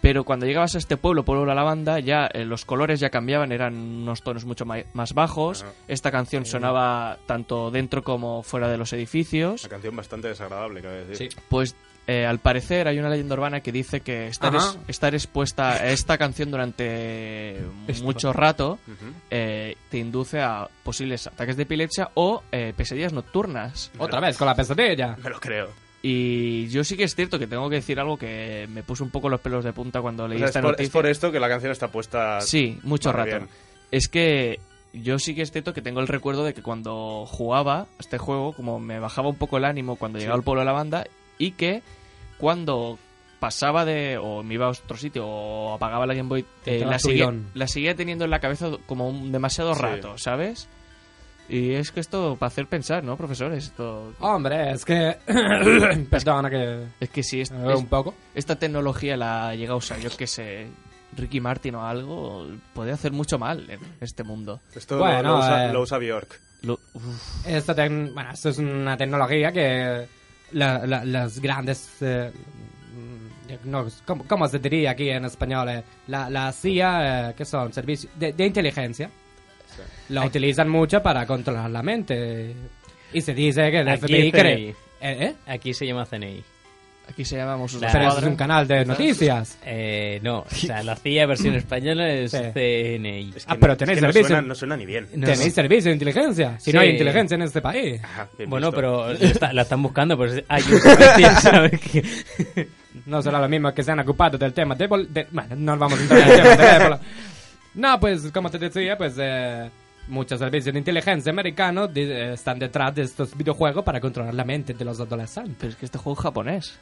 Speaker 3: Pero cuando llegabas a este pueblo, Pueblo La Lavanda, ya eh, los colores ya cambiaban, eran unos tonos mucho ma- más bajos. Esta canción sonaba tanto dentro como fuera de los edificios.
Speaker 5: Una canción bastante desagradable, cabe decir.
Speaker 3: Pues eh, al parecer hay una leyenda urbana que dice que estar,
Speaker 5: Ajá.
Speaker 3: es- estar expuesta a esta canción durante
Speaker 5: Esto.
Speaker 3: mucho rato
Speaker 5: Ujú.
Speaker 3: eh, te induce a posibles ataques de epilepsia o eh, pesadillas nocturnas.
Speaker 2: Otra vez, con la pesadilla.
Speaker 5: (laughs) Me lo creo.
Speaker 3: Y yo sí que es cierto que tengo que decir algo que me puso un poco los pelos de punta cuando
Speaker 5: O
Speaker 3: leí
Speaker 5: sea, es,
Speaker 3: esta
Speaker 5: por,
Speaker 3: noticia.
Speaker 5: es por esto que la canción está puesta.
Speaker 3: Sí, mucho
Speaker 5: Vale,
Speaker 3: rato.
Speaker 5: bien.
Speaker 3: Es que yo sí que es cierto que tengo el recuerdo de que cuando jugaba a este juego, como me bajaba un poco el ánimo cuando llegaba al pueblo de la banda, y que cuando pasaba de. o me iba a otro sitio, o apagaba la Game Boy, eh,
Speaker 2: Entraba
Speaker 3: la, seguía,
Speaker 2: subidón.
Speaker 3: la seguía teniendo en la cabeza como un demasiado
Speaker 2: Sí.
Speaker 3: rato, ¿sabes? Y es que esto para hacer pensar, ¿no, profesor? Esto.
Speaker 2: Hombre, es que... (coughs) Perdona que...
Speaker 3: Es que sí, es,
Speaker 2: A ver, Ah, un poco.
Speaker 3: Esta tecnología la llega a usar, yo que sé, Ricky Martin o algo, puede hacer mucho mal en este mundo.
Speaker 5: Esto
Speaker 2: Bueno,
Speaker 5: lo, lo usa,
Speaker 2: eh.
Speaker 5: lo usa Bjork.
Speaker 3: Lo- uf.
Speaker 2: Esta tec- bueno, esto es una tecnología que la- la- las grandes... eh, mm, no, ¿cómo, cómo se diría aquí en español? Eh, La, la CIA, eh, que son servicios de, de inteligencia, la utilizan mucho para controlar la mente. Y se dice que el
Speaker 6: Aquí
Speaker 2: FBI
Speaker 6: CNI.
Speaker 2: cree... ¿Eh?
Speaker 6: Aquí se llama CNI.
Speaker 3: Aquí se llamamos sus
Speaker 2: Pero eso es un canal de noticias.
Speaker 6: Eh, no, o sea, la CIA versión española es
Speaker 2: Sí.
Speaker 6: CNI.
Speaker 2: Ah, pero tenéis
Speaker 5: no
Speaker 2: servicio.
Speaker 5: suena- no suena ni bien.
Speaker 2: (laughs)
Speaker 6: No,
Speaker 2: Tenéis
Speaker 6: no.
Speaker 2: servicio de inteligencia. Si no
Speaker 6: Sí.
Speaker 2: hay inteligencia en este país.
Speaker 5: bien
Speaker 6: Bueno,
Speaker 5: visto.
Speaker 6: pero lo está- la están buscando,
Speaker 3: (laughs)
Speaker 6: pues hay un servicio, ¿sabes qué?
Speaker 2: No será lo mismo que se han ocupado del tema de... Ebola- de- bueno, no vamos a entrar en el tema de (laughs) Ébola. No, pues como te decía, pues eh, muchos servicios de inteligencia americanos de- eh, están detrás de estos videojuegos para controlar la mente de los adolescentes.
Speaker 3: Pero es que este juego
Speaker 2: (laughs)
Speaker 3: es japonés.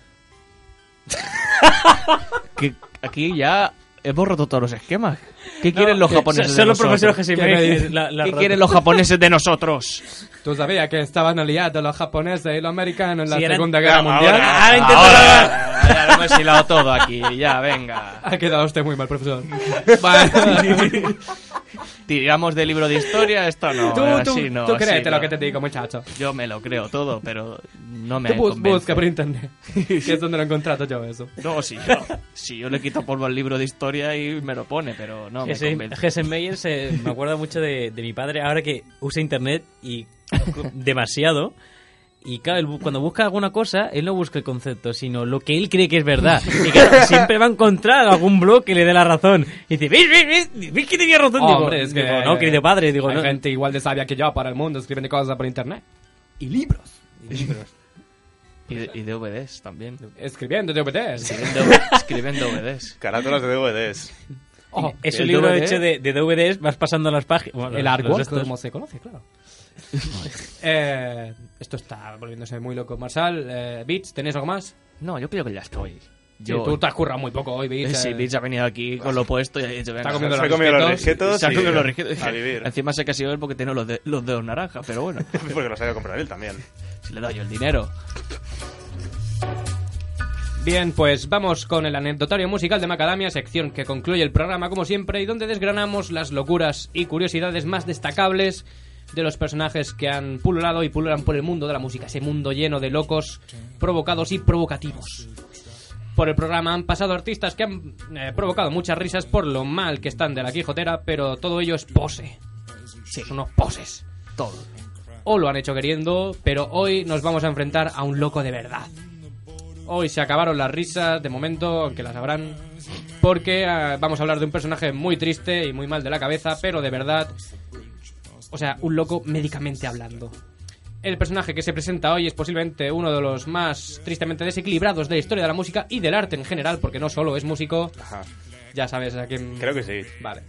Speaker 3: que aquí ya hemos roto todos los esquemas. ¿Qué quieren los
Speaker 6: que
Speaker 3: japoneses
Speaker 6: so-
Speaker 3: de
Speaker 6: solo
Speaker 3: nosotros?
Speaker 6: profesor José
Speaker 3: ¿Qué
Speaker 6: Jiménez
Speaker 3: quieren-
Speaker 6: la- la
Speaker 3: ¿Qué
Speaker 6: rota.
Speaker 3: quieren los japoneses de nosotros?
Speaker 2: Tú sabías que estaban aliados los japoneses y los americanos en la
Speaker 6: Sí, eran-
Speaker 2: Segunda Guerra
Speaker 3: Ahora,
Speaker 2: Mundial. Ah, (laughs)
Speaker 3: ahora, ahora, ya lo hemos hilado todo aquí. Ya, venga.
Speaker 2: Ha quedado usted muy mal,
Speaker 3: (laughs)
Speaker 2: profesor.
Speaker 3: Vale. Tiramos de libro de historia, esto no.
Speaker 2: tú, tú,
Speaker 3: así no,
Speaker 2: tú
Speaker 3: así
Speaker 2: créete
Speaker 3: no.
Speaker 2: lo que te digo, muchacho.
Speaker 3: Yo me lo creo todo, pero no me
Speaker 2: Tú bus-
Speaker 3: convence.
Speaker 2: busca por
Speaker 3: (laughs)
Speaker 2: internet. que es donde lo he encontrado yo eso.
Speaker 3: No, si yo, si yo le quito polvo al libro de historia y me lo pone, pero no me
Speaker 6: Jesse
Speaker 3: convence.
Speaker 6: Jesse Meyer se- me acuerda mucho de, de mi padre ahora que usa internet y demasiado. Y claro, él bu- cuando busca alguna cosa, él no busca el concepto, sino lo que él cree que es verdad. Y
Speaker 2: (laughs)
Speaker 6: claro, siempre va a encontrar algún blog que le dé la razón. Y dice, ¿ves, ves, ves? ¿Ves que tenía razón? Digo,
Speaker 2: Hombre, es que,
Speaker 6: digo, no, querido padre, digo,
Speaker 2: hay
Speaker 6: no.
Speaker 2: gente igual de sabia que yo para el mundo escribiendo cosas por internet. Y libros.
Speaker 3: Y, y DVDs también.
Speaker 2: Escribiendo DVDs.
Speaker 3: Escribiendo, escriben DVDs.
Speaker 5: Carátulas de DVDs.
Speaker 2: Oh,
Speaker 6: es
Speaker 3: el
Speaker 6: un libro
Speaker 3: DVD.
Speaker 6: hecho de, de DVDs, vas pasando las páginas. bueno,
Speaker 2: el
Speaker 6: los
Speaker 2: artwork,
Speaker 6: estos.
Speaker 2: como se conoce, claro. Eh, esto está volviéndose muy loco. Marsal, eh, Beats, ¿tenéis algo más?
Speaker 3: No, yo creo que ya estoy.
Speaker 2: Sí, tú te has currado muy poco hoy, Bitch.
Speaker 3: Eh, Sí,
Speaker 2: eh.
Speaker 3: Bitch ha venido aquí con lo puesto y ha dicho,
Speaker 2: Se
Speaker 3: venga,
Speaker 2: ha comido Se ha los comido los risquetos.
Speaker 3: Se ha comido
Speaker 4: y-
Speaker 3: los risquetos. (laughs)
Speaker 4: a vivir.
Speaker 3: Encima se casi él porque tiene los, de- los dedos naranjas, pero bueno.
Speaker 5: (laughs)
Speaker 4: Porque los había comprado él también.
Speaker 3: Si le doy yo el dinero.
Speaker 2: Bien, pues vamos con el anecdotario musical de Macadamia, sección que concluye el programa como siempre y donde desgranamos las locuras y curiosidades más destacables de los personajes que han pululado y pululan por el mundo de la música, ese mundo lleno de locos, provocados y provocativos. Por el programa han pasado artistas que han eh, provocado muchas risas por lo mal que están de la Quijotera, pero todo ello es pose. Sí, son unos poses. Todo. O lo han hecho queriendo, pero hoy nos vamos a enfrentar a un loco de verdad. Hoy se acabaron las risas, de momento, aunque las habrán, porque ah, vamos a hablar de un personaje muy triste y muy mal de la cabeza, pero de verdad, o sea, un loco médicamente hablando. El personaje que se presenta hoy es posiblemente uno de los más tristemente desequilibrados de la historia de la música y del arte en general, porque no solo es músico, ya sabes a quién...
Speaker 4: Creo que sí.
Speaker 2: Vale.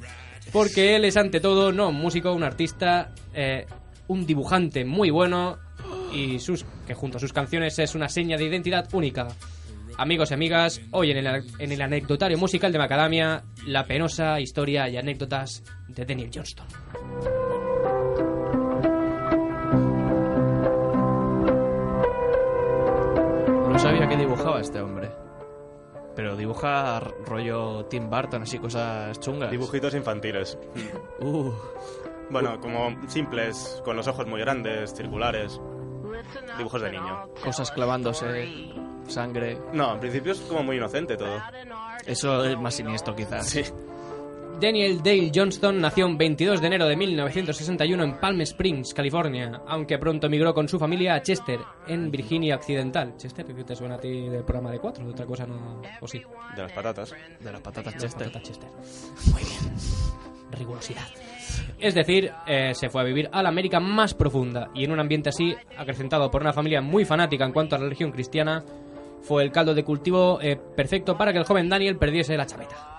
Speaker 2: Porque él es ante todo, no un músico, un artista, eh, un dibujante muy bueno y sus, que junto a sus canciones es una seña de identidad única. Amigos y amigas, hoy en el, en el anecdotario musical de Macadamia, la penosa historia y anécdotas de Daniel Johnston.
Speaker 3: No sabía que dibujaba este hombre. Pero dibuja r- rollo Tim Burton, así cosas chungas.
Speaker 4: Dibujitos infantiles.
Speaker 3: Uh.
Speaker 4: Bueno, como simples, con los ojos muy grandes, circulares. Dibujos de niño.
Speaker 3: Cosas clavándose, sangre.
Speaker 4: No, en principio es como muy inocente todo.
Speaker 3: Eso es más siniestro quizás.
Speaker 4: Sí.
Speaker 2: Daniel Dale Johnston nació el 22 de enero de 1961 en Palm Springs, California, aunque pronto migró con su familia a Chester, en Virginia Occidental. Chester, ¿qué te suena a ti del programa de cuatro? De otra cosa no... ¿O sí?
Speaker 4: De las patatas.
Speaker 3: De las patatas
Speaker 2: Chester. Muy bien. Rigurosidad. Es decir, eh, se fue a vivir a la América más profunda y en un ambiente así, acrecentado por una familia muy fanática en cuanto a la religión cristiana, fue el caldo de cultivo eh, perfecto para que el joven Daniel perdiese la chaveta.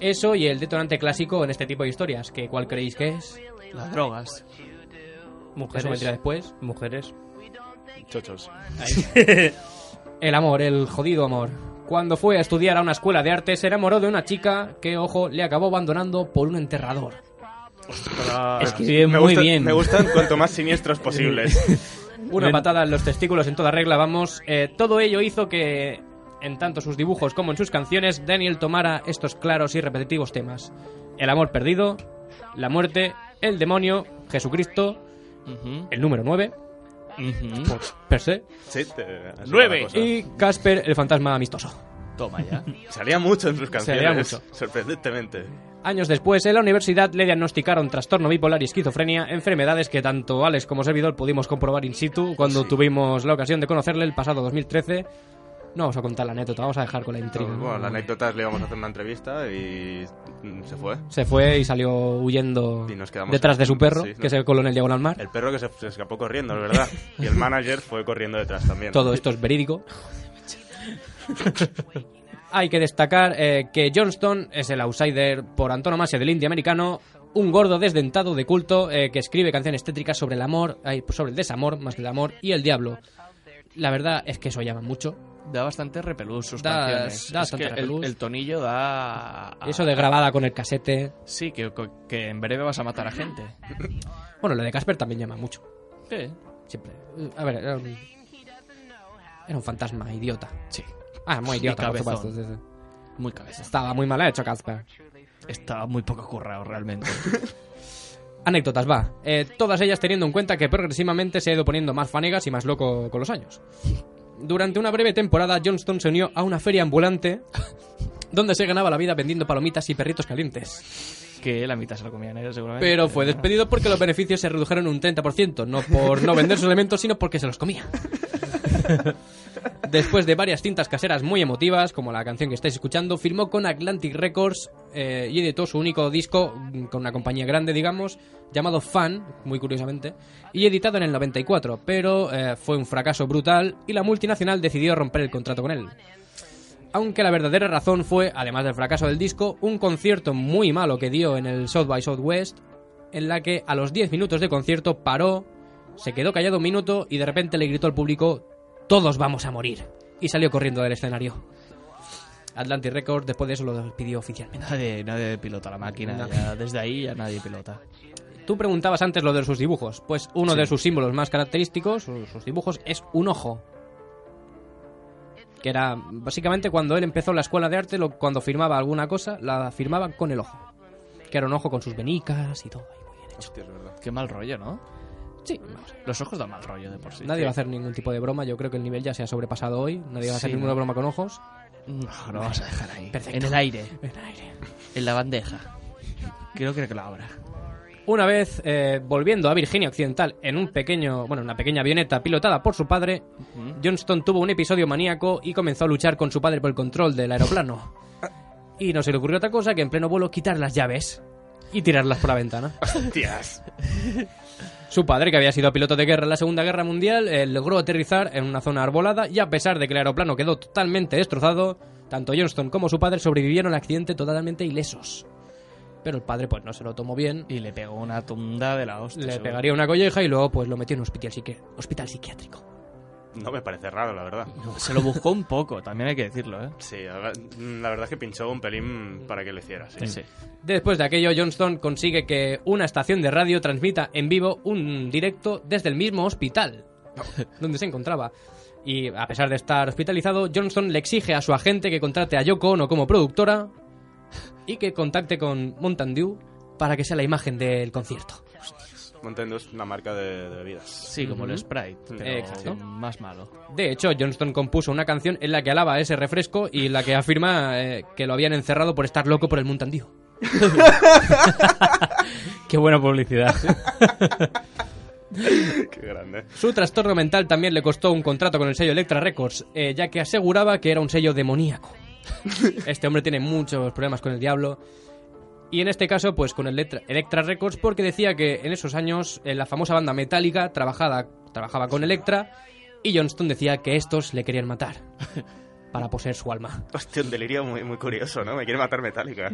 Speaker 2: Eso y el detonante clásico en este tipo de historias, que cuál creéis que es?
Speaker 3: Las drogas.
Speaker 2: Eso
Speaker 6: Mujeres.
Speaker 2: vendría después.
Speaker 6: Mujeres.
Speaker 4: Chochos.
Speaker 2: (laughs) el amor, el jodido amor. Cuando fue a estudiar a una escuela de arte, se enamoró de una chica que, ojo, le acabó abandonando por un enterrador. Escribe
Speaker 4: Me
Speaker 2: muy
Speaker 4: gusta-
Speaker 2: bien.
Speaker 4: Me gustan cuanto
Speaker 2: (laughs)
Speaker 4: más siniestros posibles.
Speaker 2: Una
Speaker 4: Ven.
Speaker 2: patada en los testículos en toda regla, vamos. Eh, todo ello hizo que, en tanto sus dibujos como en sus canciones, Daniel tomara estos claros y repetitivos temas. El amor perdido, la muerte, el demonio, Jesucristo, el número 9, per se,
Speaker 4: Sí, te- es
Speaker 3: Nueve.
Speaker 5: Pues
Speaker 4: otra cosa.
Speaker 2: y Casper, el fantasma amistoso.
Speaker 3: Toma ya.
Speaker 4: Salía mucho en sus canciones.
Speaker 2: Salía mucho.
Speaker 4: Sorprendentemente.
Speaker 2: Años después, en la universidad le diagnosticaron trastorno bipolar y esquizofrenia, enfermedades que tanto Alex como servidor pudimos comprobar in situ cuando tuvimos la ocasión de conocerle el pasado 2013. No vamos a contar la anécdota, vamos a dejar con la intriga.
Speaker 4: Bueno, la anécdota es le íbamos a hacer una entrevista y mm, se fue.
Speaker 2: Se fue y salió huyendo
Speaker 4: Y nos quedamos
Speaker 2: detrás de su perro,
Speaker 4: sí,
Speaker 2: que
Speaker 4: nos-
Speaker 2: se coló en el diagonal mar.
Speaker 4: El perro que se, se escapó corriendo, es verdad. Y el manager fue corriendo detrás también.
Speaker 2: Todo esto es verídico. Hay que destacar eh, que Johnston es el outsider por antonomasia del indie americano, un gordo desdentado de culto eh, que escribe canciones tétricas sobre el amor, ay, sobre el desamor más que el amor y el diablo. La verdad es que eso llama mucho.
Speaker 3: Da bastante repelús sus
Speaker 2: Da-
Speaker 3: canciones.
Speaker 2: da
Speaker 3: Es
Speaker 2: bastante
Speaker 3: que el-
Speaker 2: repelús.
Speaker 3: El, tonillo da... a-
Speaker 2: Eso de grabada con el casete.
Speaker 3: Sí, que, que en breve vas a matar a gente.
Speaker 2: Bueno, lo de Casper también llama mucho.
Speaker 3: Sí.
Speaker 2: Siempre. Eh, A ver, era un, era un fantasma idiota.
Speaker 3: Sí.
Speaker 2: Ah, muy
Speaker 3: Y
Speaker 2: idiota, por
Speaker 3: cabezón.
Speaker 2: supuesto. sí, sí.
Speaker 3: Muy cabeza.
Speaker 2: Estaba muy mal hecho, Casper.
Speaker 3: Estaba muy poco
Speaker 2: (laughs)
Speaker 3: currado realmente.
Speaker 2: Anécdotas, va. Eh, todas ellas teniendo en cuenta que progresivamente se ha ido poniendo más fanegas y más loco con los años. Durante una breve temporada, Johnston se unió a una feria ambulante (laughs) donde se ganaba la vida vendiendo palomitas y perritos calientes.
Speaker 3: que la mitad se lo comían ellos seguramente.
Speaker 2: Pero fue despedido porque los beneficios se redujeron un 30%, no por no vender sus elementos, sino porque se los comía. Después de varias cintas caseras muy emotivas, como la canción que estáis escuchando, firmó con Atlantic Records eh, y editó su único disco mm, con una compañía grande, digamos, llamado Fan, muy curiosamente, y editado en el 94, pero eh, fue un fracaso brutal y la multinacional decidió romper el contrato con él. Aunque la verdadera razón fue, además del fracaso del disco, un concierto muy malo que dio en el South by Southwest, en la que a los 10 minutos de concierto paró, se quedó callado un minuto y de repente le gritó al público, todos vamos a morir. Y salió corriendo del escenario. Atlantic Records después de eso lo despidió oficialmente.
Speaker 3: Nadie, nadie pilota la máquina.
Speaker 2: Nadie.
Speaker 3: ya desde ahí ya nadie pilota.
Speaker 2: Tú preguntabas antes lo de sus dibujos. Pues uno
Speaker 3: Sí.
Speaker 2: de sus símbolos más característicos, sus sus dibujos, es un ojo. Que era básicamente cuando él empezó la escuela de arte, lo- cuando firmaba alguna cosa, la firmaba con el ojo. Que era un ojo con sus venicas y todo.
Speaker 3: Qué mal rollo, ¿no?
Speaker 2: Sí.
Speaker 3: Los ojos dan mal rollo de por sí.
Speaker 2: Nadie va a hacer ningún tipo de broma. Yo creo que el nivel ya se ha sobrepasado hoy. Nadie va a hacer
Speaker 3: Sí,
Speaker 2: ninguna
Speaker 3: ¿no?
Speaker 2: broma con ojos.
Speaker 3: No, lo vamos a dejar ahí.
Speaker 2: Perfecto.
Speaker 3: En el aire.
Speaker 2: En el aire.
Speaker 3: En la bandeja. Quiero que la abra.
Speaker 2: Una vez eh, volviendo a Virginia Occidental en un pequeño, bueno, una pequeña avioneta pilotada por su padre, Johnston tuvo un episodio maníaco y comenzó a luchar con su padre por el control del aeroplano. Y no se le ocurrió otra cosa que en pleno vuelo quitar las llaves y tirarlas por la ventana.
Speaker 3: Tías.
Speaker 2: Su padre, que había sido piloto de guerra en la Segunda Guerra Mundial, eh, logró aterrizar en una zona arbolada y a pesar de que el aeroplano quedó totalmente destrozado, tanto Johnston como su padre sobrevivieron al accidente totalmente ilesos. Pero el padre pues no se lo tomó bien.
Speaker 3: Y le pegó una tunda de la hostia.
Speaker 2: Le
Speaker 3: seguro.
Speaker 2: pegaría una colleja y luego pues lo metió en un hospital, psiqui- hospital psiquiátrico.
Speaker 4: No me parece raro, la verdad.
Speaker 3: Se lo buscó un poco, también hay que decirlo, ¿eh?
Speaker 4: Sí, la ver- la verdad es que pinchó un pelín para que lo hiciera. Sí.
Speaker 2: Después de aquello, Johnston consigue que una estación de radio transmita en vivo un directo desde el mismo hospital donde se encontraba. Y a pesar de estar hospitalizado, Johnston le exige a su agente que contrate a Yoko Ono como productora y que contacte con Mountain Dew para que sea la imagen del concierto.
Speaker 4: Mountain Dew es una marca de, de bebidas. Sí,
Speaker 3: como el Ujú. Sprite, pero
Speaker 2: Exacto.
Speaker 3: más malo.
Speaker 2: De hecho, Johnston compuso una canción en la que alaba ese refresco y la que afirma eh, que lo habían encerrado por estar loco por el Mountain Dew.
Speaker 6: Qué buena publicidad.
Speaker 4: Qué grande.
Speaker 2: Su trastorno mental también le costó un contrato con el sello Electra Records, eh, ya que aseguraba que era un sello (laughs) demoníaco. Este hombre tiene muchos problemas con el diablo. Y en este caso, pues con el Electra, Electra Records, porque decía que en esos años eh, la famosa banda metálica trabajada, trabajaba con Electra y Johnston decía que estos le querían matar (laughs) para poseer su alma.
Speaker 4: Hostia, un delirio muy, muy curioso, ¿no? Me quiere matar
Speaker 2: (laughs)
Speaker 4: Metallica.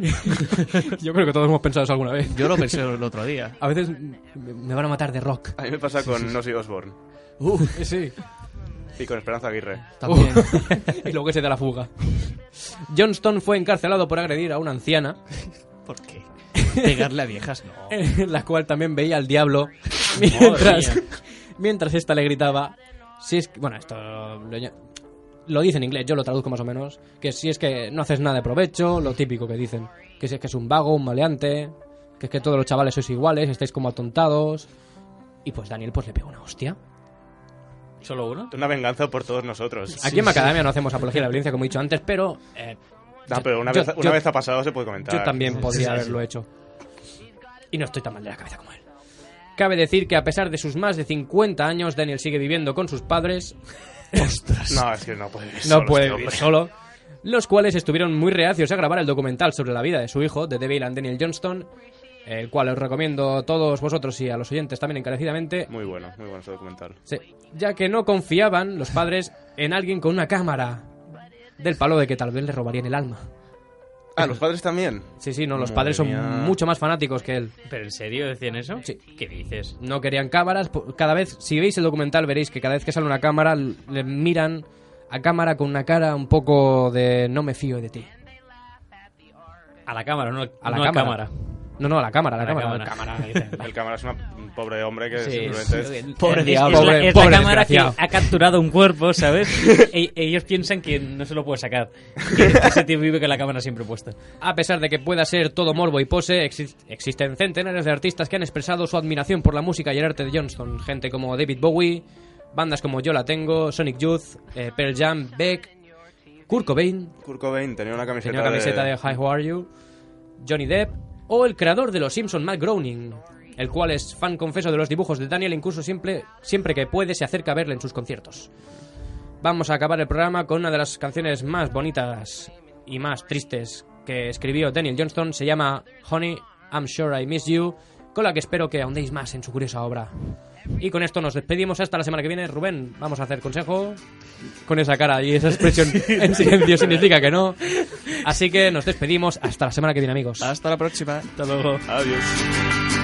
Speaker 2: Yo creo que todos hemos pensado eso alguna vez.
Speaker 3: Yo lo pensé el otro día.
Speaker 2: A veces me me van a matar de rock.
Speaker 4: A mí me pasa
Speaker 2: Sí,
Speaker 4: con
Speaker 2: sí, sí.
Speaker 4: Nosy Osborne.
Speaker 2: Uh, sí.
Speaker 4: Y con Esperanza Aguirre.
Speaker 3: (laughs)
Speaker 2: También. (laughs) y luego se da la fuga. Johnston fue encarcelado por agredir a una anciana.
Speaker 3: ¿Por qué? Pegarle a viejas, no.
Speaker 2: en la cual también veía al diablo mientras,
Speaker 3: mía.
Speaker 2: mientras esta le gritaba. Si es que- bueno, esto lo, lo dice en inglés, yo lo traduzco más o menos. Que si es que no haces nada de provecho, lo típico que dicen. Que si es que es un vago, un maleante, que es que todos los chavales sois iguales, estáis como atontados. Y pues Daniel pues le pegó una hostia.
Speaker 6: (laughs) ¿Solo uno?
Speaker 4: Una venganza por todos nosotros.
Speaker 2: Aquí en Macadamia no hacemos apología de la violencia, como he dicho antes, pero eh,
Speaker 4: No, pero una,
Speaker 2: Yo-
Speaker 4: vez, una
Speaker 2: yo-
Speaker 4: vez ha pasado se puede comentar.
Speaker 2: Yo también podría haberlo hecho. Y no estoy tan mal de la cabeza como él. Cabe decir que a pesar de sus más de 50 años, Daniel sigue viviendo con sus padres. ¡Ostras!
Speaker 4: No, es que no puede vivir
Speaker 2: No
Speaker 4: solo
Speaker 2: puede
Speaker 4: este
Speaker 2: vivir
Speaker 4: hombre.
Speaker 2: solo. Los cuales estuvieron muy reacios a grabar el documental sobre la vida de su hijo, de Devil and Daniel Johnston, el cual os recomiendo a todos vosotros y a los oyentes también encarecidamente,
Speaker 4: Muy bueno, muy bueno ese documental.
Speaker 2: Sí, ya que no confiaban los padres en alguien con una cámara del palo de que tal vez le robarían el alma.
Speaker 4: Ah, ¿los padres también?
Speaker 2: Sí, sí, no, los
Speaker 4: Madre
Speaker 2: padres son
Speaker 4: mía.
Speaker 2: mucho más fanáticos que él.
Speaker 6: ¿Pero en serio decían eso? Sí. ¿Qué dices?
Speaker 2: No querían cámaras, po- cada vez, si veis el documental veréis que cada vez que sale una cámara l- le miran a cámara con una cara un poco de no me fío de ti.
Speaker 6: A la cámara, no,
Speaker 2: A la
Speaker 6: no
Speaker 2: cámara. No, no, a la cámara, a la,
Speaker 6: A la
Speaker 2: cámara.
Speaker 6: cámara.
Speaker 2: a la cámara.
Speaker 4: El cámara es una- un pobre hombre que
Speaker 6: Sí,
Speaker 4: simplemente
Speaker 6: sí,
Speaker 4: es-
Speaker 6: el-
Speaker 4: (laughs) Pobre
Speaker 6: es-
Speaker 4: diablo.
Speaker 6: Es, la,
Speaker 4: Pobre-
Speaker 6: es la
Speaker 4: pobre
Speaker 6: cámara que
Speaker 4: desgraciado.
Speaker 6: ha capturado un cuerpo, ¿sabes?
Speaker 4: (laughs)
Speaker 6: E- ellos piensan que no se lo puede sacar. Que ese tío vive con la cámara siempre puesta.
Speaker 2: A pesar de que pueda ser todo morbo y pose, exis- existen centenares de artistas que han expresado su admiración por la música y el arte de Johnston. Gente como David Bowie, bandas como Yo La Tengo, Sonic Youth, eh, Pearl Jam, Beck, Kurt Cobain,
Speaker 4: Kurt Cobain tenía una camiseta,
Speaker 2: tenía una camiseta de... Hi How Are You, Johnny Depp, o el creador de Los Simpson, Matt Groening, el cual es fan confeso de los dibujos de Daniel, incluso siempre, siempre que puede se acerca a verle en sus conciertos. Vamos a acabar el programa con una de las canciones más bonitas y más tristes que escribió Daniel Johnston, se llama Honey, I'm Sure I Miss You, con la que espero que ahondéis más en su curiosa obra. Y con esto nos despedimos hasta la semana que viene. Rubén, vamos a hacer consejo. Con esa cara y esa expresión en silencio significa que no. Así que nos despedimos hasta la semana que viene, amigos.
Speaker 3: Hasta la próxima.
Speaker 6: Hasta luego.
Speaker 4: Adiós.